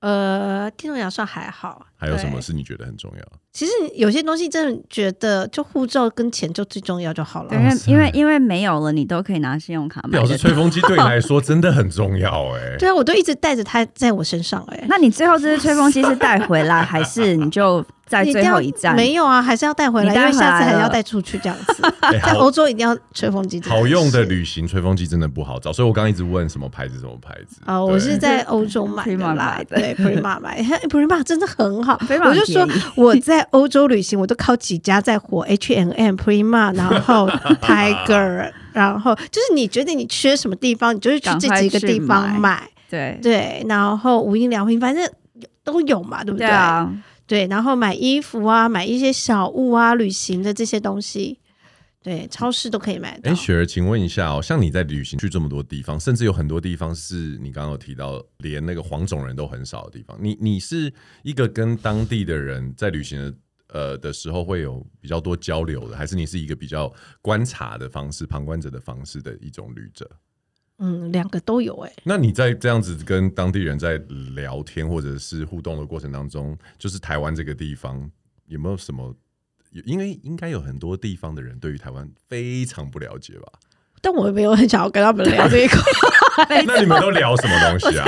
呃，电动牙刷还好，还有什么对？是你觉得很重要？其实有些东西真的觉得，就护照跟钱就最重要就好了对，。因为哇塞因为因为没有了，你都可以拿信用卡买哦表示的。吹风机对你来说真的很重要哎、对啊，我都一直带着它在我身上、哎，那你最后这只吹风机是带回来，还是你就 在你最定要后一站？没有啊，还是要带回来，因你带为下次回来还了是要带出去这样 子。哎在好欧洲一定要吹风机，好用的旅行吹风机真的不好找，所以我刚刚一直问什么牌子什么牌子啊、我对是在欧洲买的 Prima 啦买，的对，Prima 买嘿，Prima 真的很好。非常我就便说 宜，我在欧洲旅行，我都靠几家在火 H&M、Prima，然后 Tiger，然后就是你觉得你缺什么地方，你就是去这几个地方赶快去买，对对，然后无印良品，反正都有嘛，对不对啊，对，然后买衣服啊，买一些小物啊，旅行的这些东西，对，超市都可以买哎、到。雪儿，请问一下哦，像你在旅行去这么多地方，甚至有很多地方是你刚刚有提到连那个黄种人都很少的地方，你你是一个跟当地的人在旅行的呃的时候会有比较多交流的，还是你是一个比较观察的方式、旁观者的方式的一种旅者？嗯，两个都有哎、那你在这样子跟当地人在聊天或者是互动的过程当中，就是台湾这个地方有没有什么？有因为应该有很多地方的人对于台湾非常不了解吧？但我没有很想要跟他们聊这一 块，那你们都聊什么东西啊？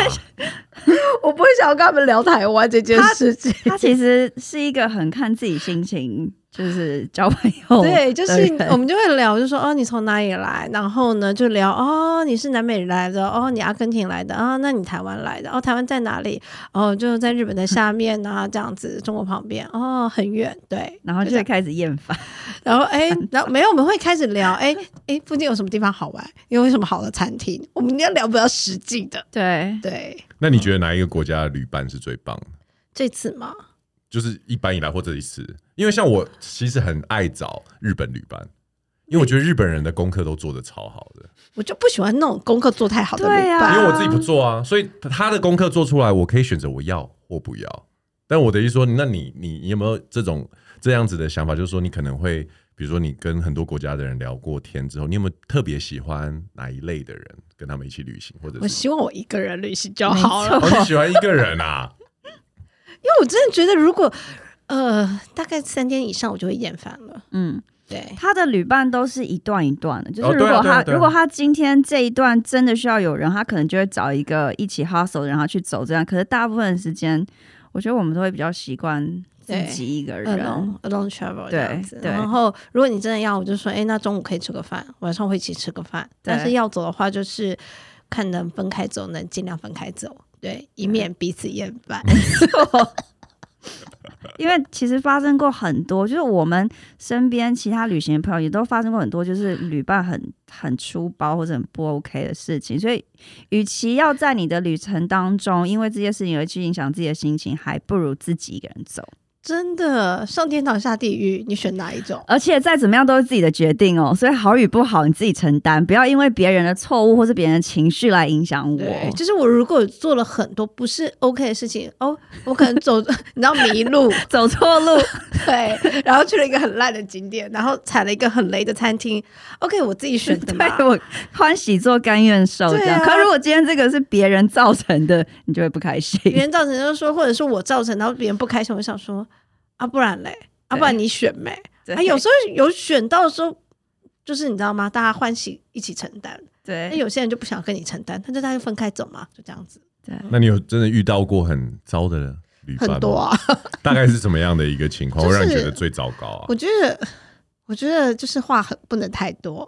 我不会想要跟他们聊台湾这件事情。他其实是一个很看自己心情，就是交朋友的人。 对，就是我们就会聊，就说哦，你从哪里来？然后呢，就聊哦，你是南美来的，哦，你阿根廷来的啊、那你台湾来的，哦，台湾在哪里？哦，就在日本的下面啊，这样子，中国旁边，哦，很远，对。然后就这会样开始厌烦。然后哎，然后没有，我们会开始聊，哎哎，附近有什么地方好玩？有什么好的餐厅？我们要聊比较实际的，对，对。那你觉得哪一个国家的旅伴是最棒的？这次嘛，就是一般以来或这一次，因为像我其实很爱找日本旅伴，因为我觉得日本人的功课都做得超好的，我就不喜欢那种功课做太好的旅对啊伴， 因为我自己不做啊，所以他的功课做出来，我可以选择我要或不要。但我的意思说，那你你你有没有这种这样子的想法？就是说，你可能会，比如说你跟很多国家的人聊过天之后，你有没有特别喜欢哪一类的人，跟他们一起旅行，或者我是？希望我一个人旅行就好了。哦，你喜欢一个人啊？因为我真的觉得，如果呃大概三天以上，我就会厌烦了。嗯，对，他的旅伴都是一段一段的，就是哦如对啊果对啊他对啊如果他今天这一段真的需要有人，他可能就会找一个一起 hustle，然后去走这样。可是大部分的时间，我觉得我们都会比较习惯自对己一个人 alone。alone travel 这对样子。对然后，如果你真的要，我就说，哎，那中午可以吃个饭，晚上会一起吃个饭。但是要走的话，就是看能分开走，能尽量分开走，对，以免彼此厌烦。嗯因为其实发生过很多，就是我们身边其他旅行的朋友也都发生过很多，就是旅伴很很粗暴或者很不 OK 的事情。所以，与其要在你的旅程当中因为这些事情而去影响自己的心情，还不如自己一个人走。 真的，上天堂下地狱，你选哪一种？而且再怎么样都是自己的决定哦，所以好与不好你自己承担，不要因为别人的错误或是别人的情绪来影响对 我，。就是我如果做了很多不是 OK 的事情，哦，我可能走， 你知道迷路，走错 路，对，然后去了一个很烂的景点，然后踩了一个很雷的餐厅。OK，我自己选 的嘛。对哎我欢喜做甘愿受这样。对啊可如果今天这个是别人造成的，你就会不开心。别人造成就是说，或者是我造成，然后别人不开心，我想说啊，不然嘞，啊，对不然你选没？ 对啊，有时候有选到的时候，就是你知道吗？大家欢喜一起承担，那对有些人就不想跟你承担，那就大家分开走嘛，就这样子，对，那你有真的遇到过很糟的旅伴吗很多啊。 大概是什么样的一个情况，就会是让你觉得最糟糕啊我？觉得，我觉得就是话很不能太多，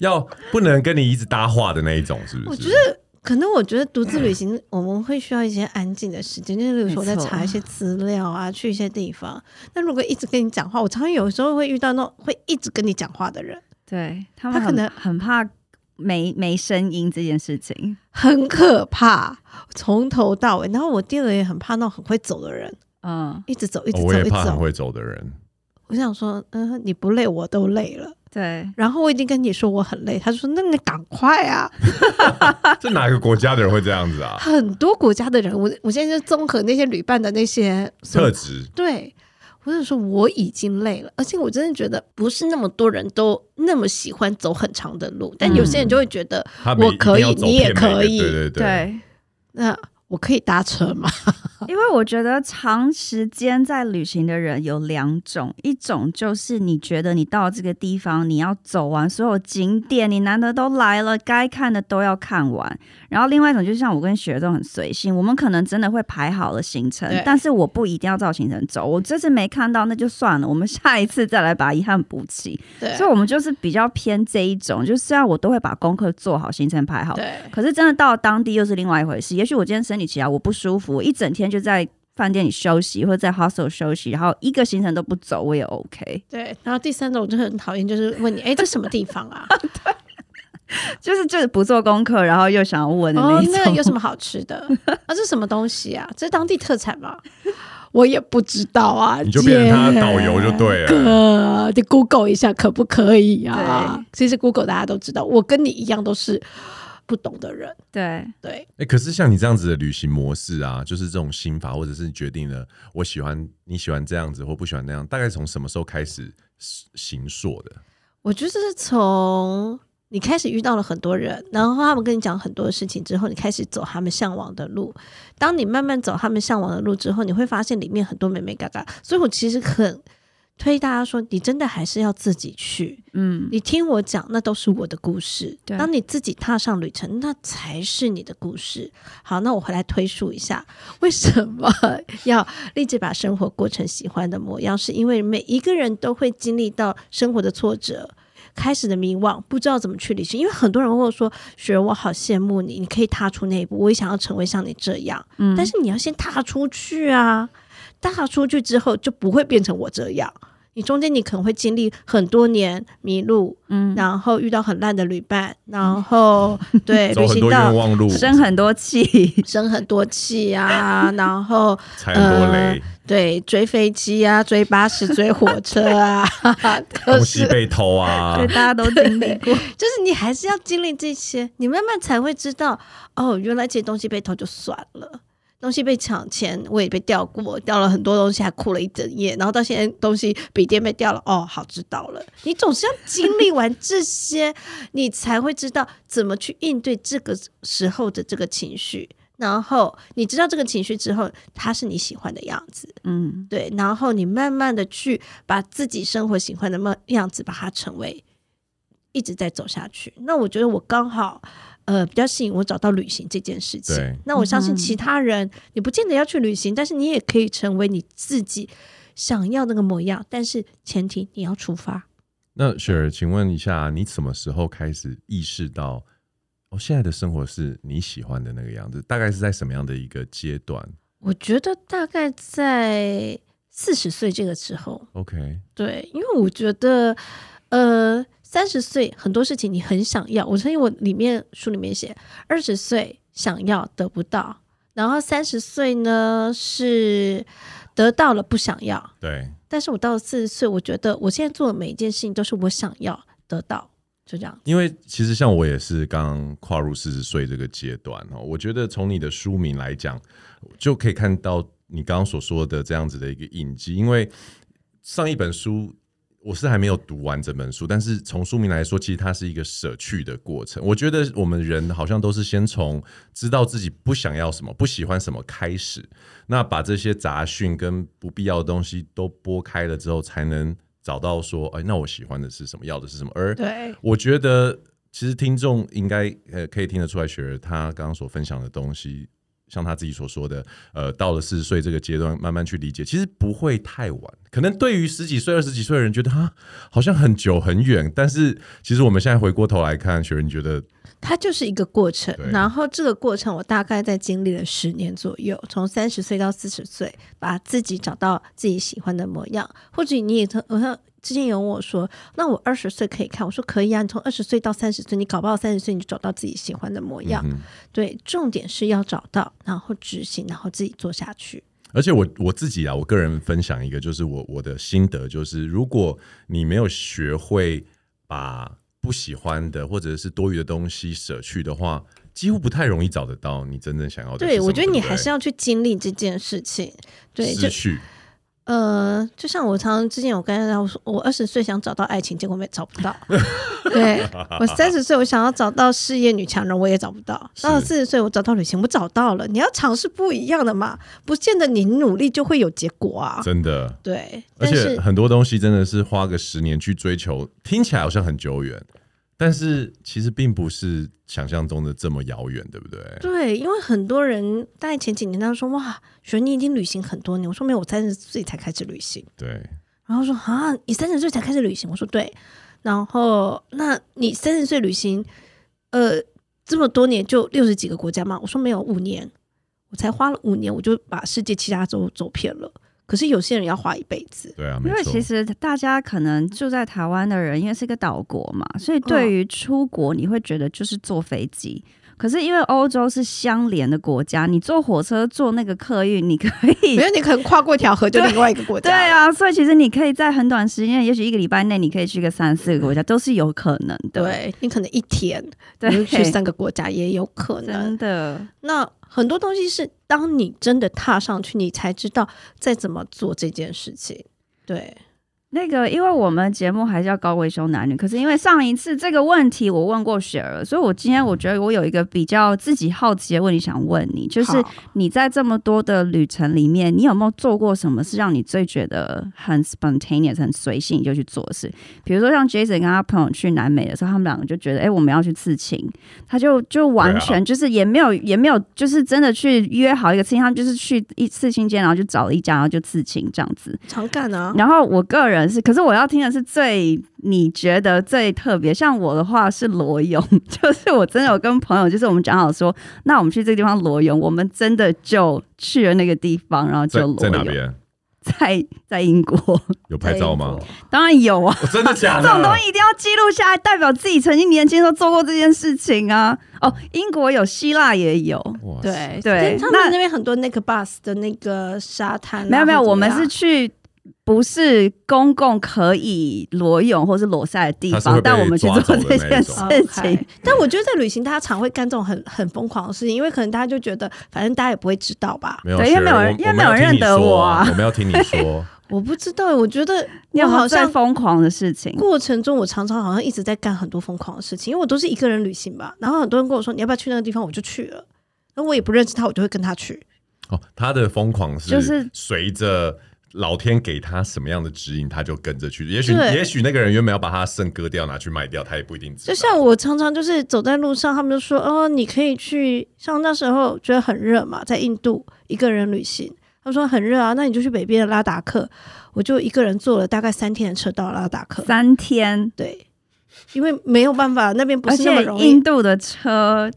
要不能跟你一直搭话的那一种，是不是？我觉得可能我觉得独自旅行， 我们会需要一些安静的时间，就是比如说我在没错查一些资料啊，去一些地方。那如果一直跟你讲话，我常常有时候会遇到那种会一直跟你讲话的人，对他们他可很能很怕没没声音这件事情。很可怕，从头到尾。然后我第二个也很怕那种很会走的人，嗯，一直走，一直哦走，我也一直怕很走。会走的人。我想说，嗯，你不累，我都累了。对，然后我已经跟你说我很累，他说：“那你赶快啊！”这哪个国家的人会这样子 啊？很多国家的人，我我现在就综合那些旅伴的那些所特质对，我就说我已经累了，而且我真的觉得不是那么多人都那么喜欢走很长的路，但有些人就会觉得，他们我可以一定要走你也遍每个可以对对对。对，那我可以搭车吗？ 因为我觉得长时间在旅行的人有两种，一种就是你觉得你到这个地方，你要走完所有景点，你难得都来了，该看的都要看完。然后另外一种就像我跟雪儿这种很随性，我们可能真的会排好了行程对，但是我不一定要照行程走。我这次没看到那就算了，我们下一次再来把遗憾补齐。对所以我们就是比较偏这一种，就虽然我都会把功课做好，行程排好，对可是真的到当地又是另外一回事。也许我今天生理期啊，我不舒服，我一整天就在饭店里休息，或者在 hostel 休息，然后一个行程都不走，我也 OK。 对。然后第三种我就很讨厌，就是问你，哎，这什么地方 啊？就是就是不做功课，然后又想要问的那哦一，种。那有什么好吃的？啊，这什么东西啊？这是当地特产吗？ 我也不知道啊，你就变成他的姐导游就对了啊哥，你 Google 一下可不可以啊？其实 Google 大家都知道，我跟你一样都是不懂的人， 对，对，哎、可是像你这样子的旅行模式啊，就是这种心法，或者是你决定了我喜欢你喜欢这样子或不喜欢那样，大概从什么时候开始行塑的？我就是从你开始遇到了很多人，然后他们跟你讲很多事情之后，你开始走他们向往的路。当你慢慢走他们向往的路之后，你会发现里面很多美美嘎嘎。所以我其实很推大家说，你真的还是要自己去。嗯，你听我讲，那都是我的故事。对当你自己踏上旅程，那才是你的故事。好，那我回来推述一下，为什么要立志把生活过成喜欢的模样？是因为每一个人都会经历到生活的挫折。开始的迷惘，不知道怎么去旅行，因为很多人问我说：“雪儿，我好羡慕你，你可以踏出那一步，我也想要成为像你这样。嗯但是你要先踏出去啊！踏出去之后，就不会变成我这样。你中间你可能会经历很多年迷路，嗯，然后遇到很烂的旅伴，然后 对走哎旅很行多冤到枉路，生很多气，生很多气啊，然后踩很多雷，对追飞机啊，追巴士，追火车啊，都 东是西被 偷 啊对，，大家都经历过，就是你还是要经历这些，你慢慢才会知道哦，原来这些东西被偷就算了。东西被抢钱，我也被掉过，掉了很多东西，还哭了一整夜。然后到现在东西笔电被掉了，哦，好知道了。你总是要经历完这些，你才会知道怎么去应对这个时候的这个情绪。然后你知道这个情绪之后，它是你喜欢的样子， 嗯，对。然后你慢慢的去把自己生活喜欢的梦样子，把它成为一直在走下去。那我觉得我刚好。呃，比较吸引我找到旅行这件事情对。那我相信嗯其他人，你不见得要去旅行，但是你也可以成为你自己想要那个模样。但是前提你要出发。那雪儿，请问一下，你什么时候开始意识到，哦，现在的生活是你喜欢的那个样子？大概是在什么样的一个阶段我觉得大概在四十岁这个时候， ？OK，对，因为我觉得，呃，三十岁很多事情你很想要，我曾经我里面书里面写，二十岁想要得不到，然后三十岁呢是得到了不想要，对，但是我到了四十岁，我觉得我现在做的每一件事情都是我想要得到，就这样。因为其实像我也是刚跨入四十岁这个阶段哦，我觉得从你的书名来讲，就可以看到你刚刚所说的这样子的一个印记。因为上一本书我是还没有读完整本书，但是从书名来说，其实它是一个舍去的过程。我觉得我们人好像都是先从知道自己不想要什么、不喜欢什么开始，那把这些杂讯跟不必要的东西都拨开了之后，才能找到说，哎，那我喜欢的是什么，要的是什么，而对，我觉得其实听众应该呃可以听得出来，雪儿她刚刚所分享的东西，像她自己所说的，呃，到了四十岁这个阶段，慢慢去理解，其实不会太晚。可能对于十几岁、二十几岁的人，觉得啊，好像很久很远，但是其实我们现在回过头来看，雪儿，你觉得它就是一个过程对。然后这个过程，我大概在经历了十年左右，从三十岁到四十岁，把自己找到自己喜欢的模样。或许你也曾，我像之前有人问我说，那我二十岁可以看，我说可以啊。你从二十岁到三十岁，你搞不好三十岁你就找到自己喜欢的模样。嗯哼对，重点是要找到，然后执行，然后自己做下去。而且我我自己啊，我个人分享一个，就是我我的心得，就是如果你没有学会把不喜欢的或者是多余的东西舍去的话，几乎不太容易找得到你真正想要的是什对，么。我觉得你对不对还是要去经历这件事情。对，就失去，呃，就像我常常之前我跟大家说，我二十岁想找到爱情，结果没找不 到。对我三十岁，我想要找到事业女强人，我也找不到。是到了四十岁，我找到旅行，我找到了。你要尝试不一样的嘛，不见得你努力就会有结果啊。真的。对，而但且 是很多东西真的是花个十年去追求，听起来好像很久远，但是其实并不是想象中的这么遥远，对不对？对，因为很多人大概前几年他说哇，雪你已经旅行很多年，我说没有，我三十岁才开始旅行。对，然后说啊，你三十岁才开始旅行？我说对。然后那你三十岁旅行，呃，这么多年就六十几个国家吗？我说没有，五年，我才花了五年，我就把世界其他州走遍了。可是有些人要花一辈子，对啊，没因为错其实大家可能住在嗯台湾的人，因为是一个岛国嘛，所以对于出国你会觉得就是坐飞机，可是因为欧洲是相连的国家，你坐火车坐那个客运，你可以没有你可能跨过一条河就另外一个国家对了，啊，所以其实你可以在很短时间，也许一个礼拜内，你可以去个三四个国家，都是有可能的。嗯对你可能一天对你就去三个国家也有可能真。的，那很多东西是当你真的踏上去，你才知道再怎么做这件事情。对，那个，因为我们节目还是要高维修男女，可是因为上一次这个问题我问过雪儿，所以我今天我觉得我有一个比较自己好奇的问题想问你，就是好你在这么多的旅程里面，你有没有做过什么是让你最觉得很 spontaneous、很随性你就去做的事？比如说像 Jason 跟他朋友去南美的时候，他们两个就觉得，哎、我们要去刺青，他就就完全就是也没有、也没有就是真的去约好一个刺青，他们就是去一刺青间，然后就找了一家，然后就刺青这样子。常干啊，然后我个人是，可是我要听的是最你觉得最特别，像我的话是裸泳， 就是我真的有跟朋友，就是我们讲好说，那我们去这个地方裸泳，我们真的就去了那个地方，然后就在裸在泳，哪边在 在英国，有拍照吗？当然有啊，哦真的假这的？种东西一定要记录下来，代表自己曾经年轻的时候做过这件事情啊。哦，英国有，希腊也有。哇塞对对哎他那们那边很多那个 bus 的那个沙滩啊、没有没有，或者我怎么们样是去不是公共可以裸泳或是裸晒的地它是方会，被但我们去做抓走的这件事那情 OK。但我觉得在旅行，大家常会干这种很很疯狂的事情，因为可能大家就觉得，反正大家也不会知道吧。没有，对因为没有雪人儿因为没有人认得我啊我们要听你 说，我不知道，我觉得你有我没有好最像疯狂的事情？过程中，我常常好像一直在干很多疯狂的事情，因为我都是一个人旅行吧。然后很多人跟我说你要不要去那个地方，我就去了。然后我也不认识他，我就会跟他去。哦，他的疯狂是就是随着。老天给他什么样的指引，他就跟着去。也许，对也许那个人原本要把他肾割掉拿去卖掉，他也不一定知就道。像我常常就是走在路上，他们就说哦，你可以去，像那时候觉得很热嘛，在印度一个人旅行。他说很热啊，那你就去北边的拉达克。我就一个人坐了大概三天的车到拉达克。三天，对，因为没有办法，那边不而是那么且容易印。度的车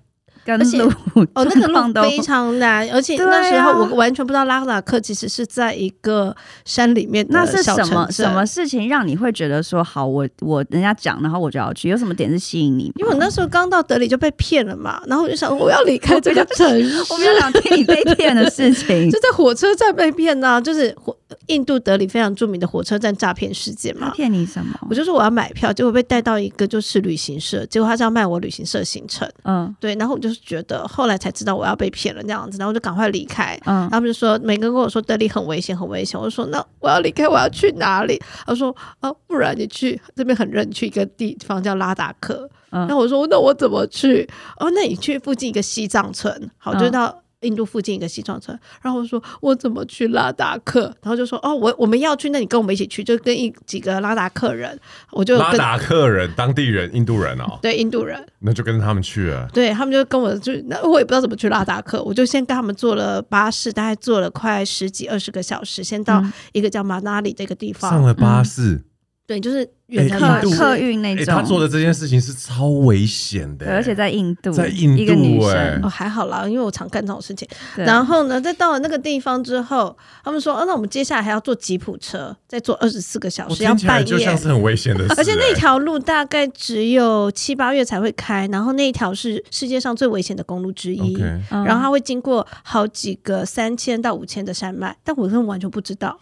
跟而且路哦，那个状况路都非常难，而且对那时候啊我完全不知道拉达克其实是在一个山里面的 那是小什城么镇什么？事情让你会觉得说好，我我人家讲，然后我就要去？有什么点是吸引你吗？因为我那时候刚到德里就被骗了嘛，然后我就想我要离开这个城市，我没有想听你被骗的事 情就，在火车站被骗呐、就是火印度德里非常著名的火车站诈骗事件他嘛。骗你什么？我就说我要买票，结果被带到一个就是旅行社，结果他是要卖我旅行社行程，嗯对，然后我就是觉得后来才知道我要被骗了那样子，然后我就赶快离开，嗯，他们就说每个人跟我说德里很危险，很危险。我就说那我要离开，我要去哪里？他说啊，不然你去这边很热，你去一个地方叫拉达克。嗯那我说那我怎么去？哦，那你去附近一个西藏村，好，嗯就到。印度附近一个西藏村，然后我说我怎么去拉达克？然后就说哦，我我们要去，那你跟我们一起去，就跟一几个拉达克人，我就拉跟达克人、当地人、印度人哦，对印度人，那就跟着他们去了。对他们就跟我就那我也不知道怎么去拉达克，我就先跟他们坐了巴士，大概坐了快十几二十个小时，先到嗯一个叫马纳里的一个地上方。了巴士，对，就是远程巴哎客印度士。嗯客运嗯那哎、种，他做的这件事情是超危险的、对，而且在印度，在印一个女度哎生哦，，还好啦，因为我常干这种事情。啊对然后呢，在到了那个地方之后，他们说，哦，那我们接下来还要坐吉普车，再坐二十四个小我时，要听起来半就像夜。是很危险 的事、而且那哎条路大概只有七八月才会开，然后那一条是世界上最危险的公路之一。 OK，嗯然后它会经过好几个三千到五千的山脉，但我真的完全不知道。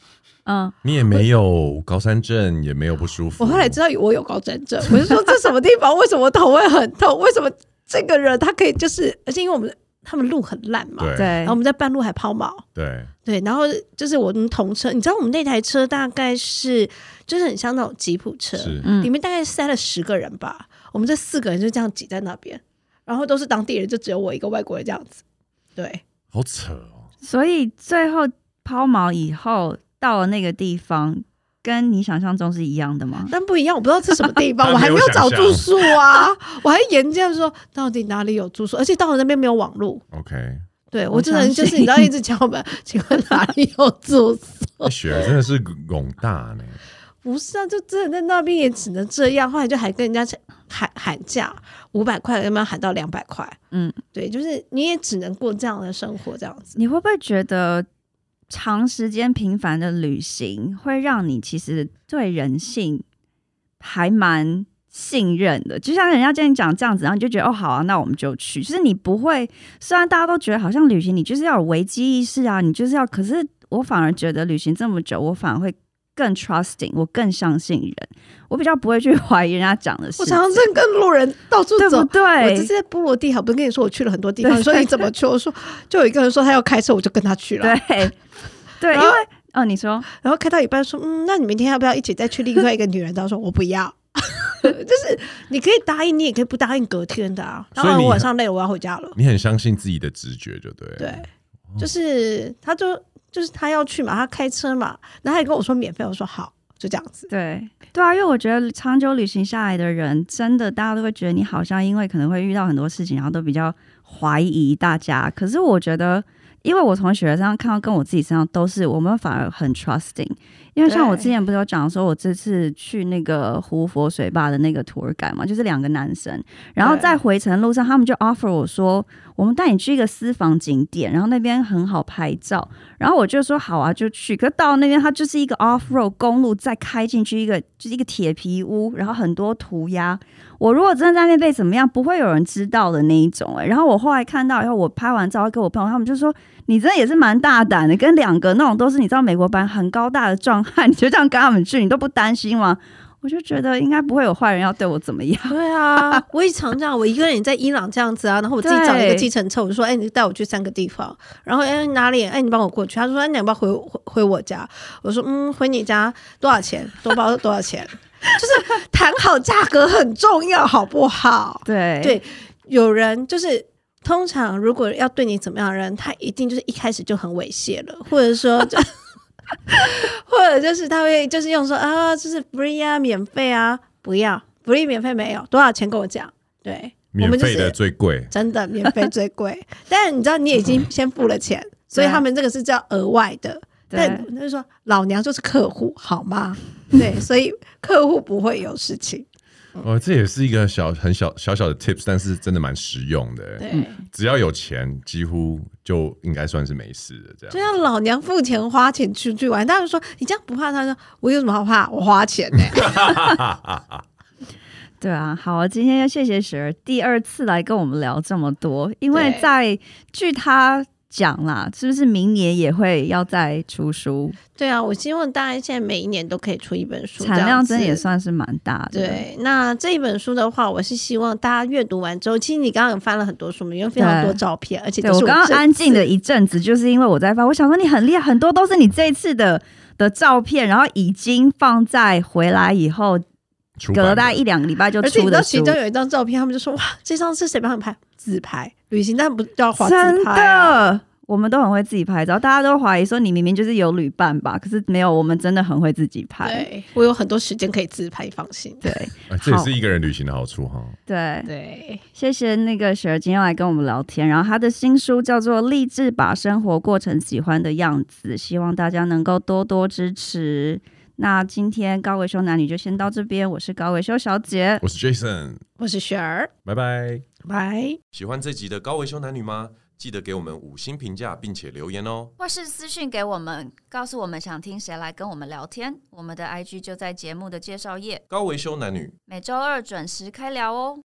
嗯，你也没有高山症，也没有不舒服。我后来知道我有高山症，我就说这什么地方？为什么头会很痛？为什么这个人他可以就是？而且因为我们他们路很烂嘛，对对然后我，们在半路还抛锚。对，对，然后就是我们同车，你知道我们那台车大概是就是很像那种吉普车，是里嗯，面大概塞了十个人吧，我们这四个人就这样挤在那边，然后都是当地人，就只有我一个外国人这样子。对，好扯哦。所以最后抛锚以后到了那个地方，跟你想象中是一样的吗？但不一样，我不知道是什么地方，我他还没有没有找想象住宿啊，我还研究说到底哪里有住宿，而且到了那边没有网络。 OK，哎对我我只能相就是信你知道一直敲门，请问哪里有住宿？那雪儿真的是拱大呢。不是啊，就真的在那边也只能这样。后来就还跟人家喊喊价，五百块要不要喊到两百块？嗯，对，就是你也只能过这样的生活，这样子。你会不会觉得长时间频繁的旅行会让你其实对人性还蛮信任的，就像人家跟你讲这样子，然后你就觉得哦好啊，那我们就去。就是你不会，虽然大家都觉得好像旅行你就是要有危机意识啊，你就是要，可是我反而觉得旅行这么久，我反而会更 trusting，我更相信人，我比较不会去怀疑人家讲的 事我情常，常正跟路人到处对走不，我这对次？在波罗的海，我不是跟你说我去了很多地方，对你说你怎么去？我说就有一个人说他要开车，我就跟他去了。对对，然因为后哦，你说然后开到一半说，嗯，那你明天要不要一起再去另外一个女人？他说我不要， 就是你可以答应，你也可以不答应隔天的啊。所然以你哦后我晚上累了，我要回家了。你很相信自己的直觉，就对。对，，就是他就就是他要去嘛，他开车嘛，然后他也跟我说免费，我说好，就这样子。对对啊，因为我觉得长久旅行下来的人，真的大家都会觉得你好像因为可能会遇到很多事情，然后都比较怀疑大家。可是我觉得，因为我从雪儿身上看到，跟我自己身上都是，我们反而很 trusting。因为像我之前不是有讲说，我这次去那个胡佛水坝的那个 tour guide 嘛，就是两个男生，然后对在回程路上，他们就 offer 我说，我们带你去一个私房景点，然后那边很好拍照。然后我就说好啊，就去。可到那边，它就是一个 off road 公路，再开进去一个就是一个铁皮屋，然后很多涂鸦。我如果真的在那边被怎么样，不会有人知道的那一种、欸。然后我后来看到以后，我拍完照给我朋友，他们就说你真的也是蛮大胆的，跟两个那种都是你知道美国版很高大的壮汉，你就这样跟他们去，你都不担心吗？我就觉得应该不会有坏人要对我怎么样。对啊， 我也常这样，我一个人也在伊朗这样子啊，然后我自己找一个对计程车，我就说，哎，你带我去三个地方，然后哎哪里，哎你帮我过去，他说，哎你要不要回回回我家？我说，嗯，回你家多少钱？多包多少钱？ 就是谈好价格很重要，好不好？对对有人就是。通常，如果要对你怎么样的人，他一定就是一开始就很猥亵了，或者说就， 或者就是他会就是用说啊，就是 free 啊，免费啊，不要 free 免费没有，多少钱跟我讲？对，我免们就费的是最贵。真的免费最贵，但你知道你已经先付了钱，所以他们这个是叫额外的。但对他就说老娘就是客户，好吗？对，所以客户不会有事情。哦，这也是一个小很小小小的 tips，但是真的蛮实用的。对。嗯只要有钱，几乎就应该算是没事的这就样。像老娘付钱花钱出去玩，他们说你这样不怕？他说我有什么好怕？我花钱 呢、对啊，好，今天谢谢雪儿第二次来跟我们聊这么多，因为对在据她讲啦，是不是明年也会要再出书，对啊，我希望大家现在每一年都可以出一本书，产量真的这也样子。算是蛮大的。对，那这一本书的话，我是希望大家阅读完之后，其实你刚刚有翻了很多书，因为非常多对照片，而且对，都我是刚这刚安静了一阵子，就是因为我在发，我想说你很厉害，很多都是你这一次的的照片，然后已经放在回来以后，出隔版了的大概一两个礼拜就而且你出知道的其书。中有一张照片，他们就说哇，这张是谁帮他们拍？自拍旅行，但不要划真自拍、啊。的，我们都很会自己拍照，大家都怀疑说你明明就是有旅伴吧，可是没有，我们真的很会自己拍。对，我有很多时间可以自拍，放心。 对哎这也好是一个人旅行的好处哈。对，对，谢谢那个雪儿今天来跟我们聊天，然后她的新书叫做《励志把生活过成喜欢的样子》，希望大家能够多多支持。那今天高维修男女就先到这边，我是高维修小姐，我是 Jason，我是雪儿，拜拜。拜。喜欢这集的高维修男女吗？记得给我们五星评价，并且留言哦。或是私讯给我们，告诉我们想听谁来跟我们聊天。我们的 IG 就在节目的介绍页，高维修男女每周二准时开聊哦。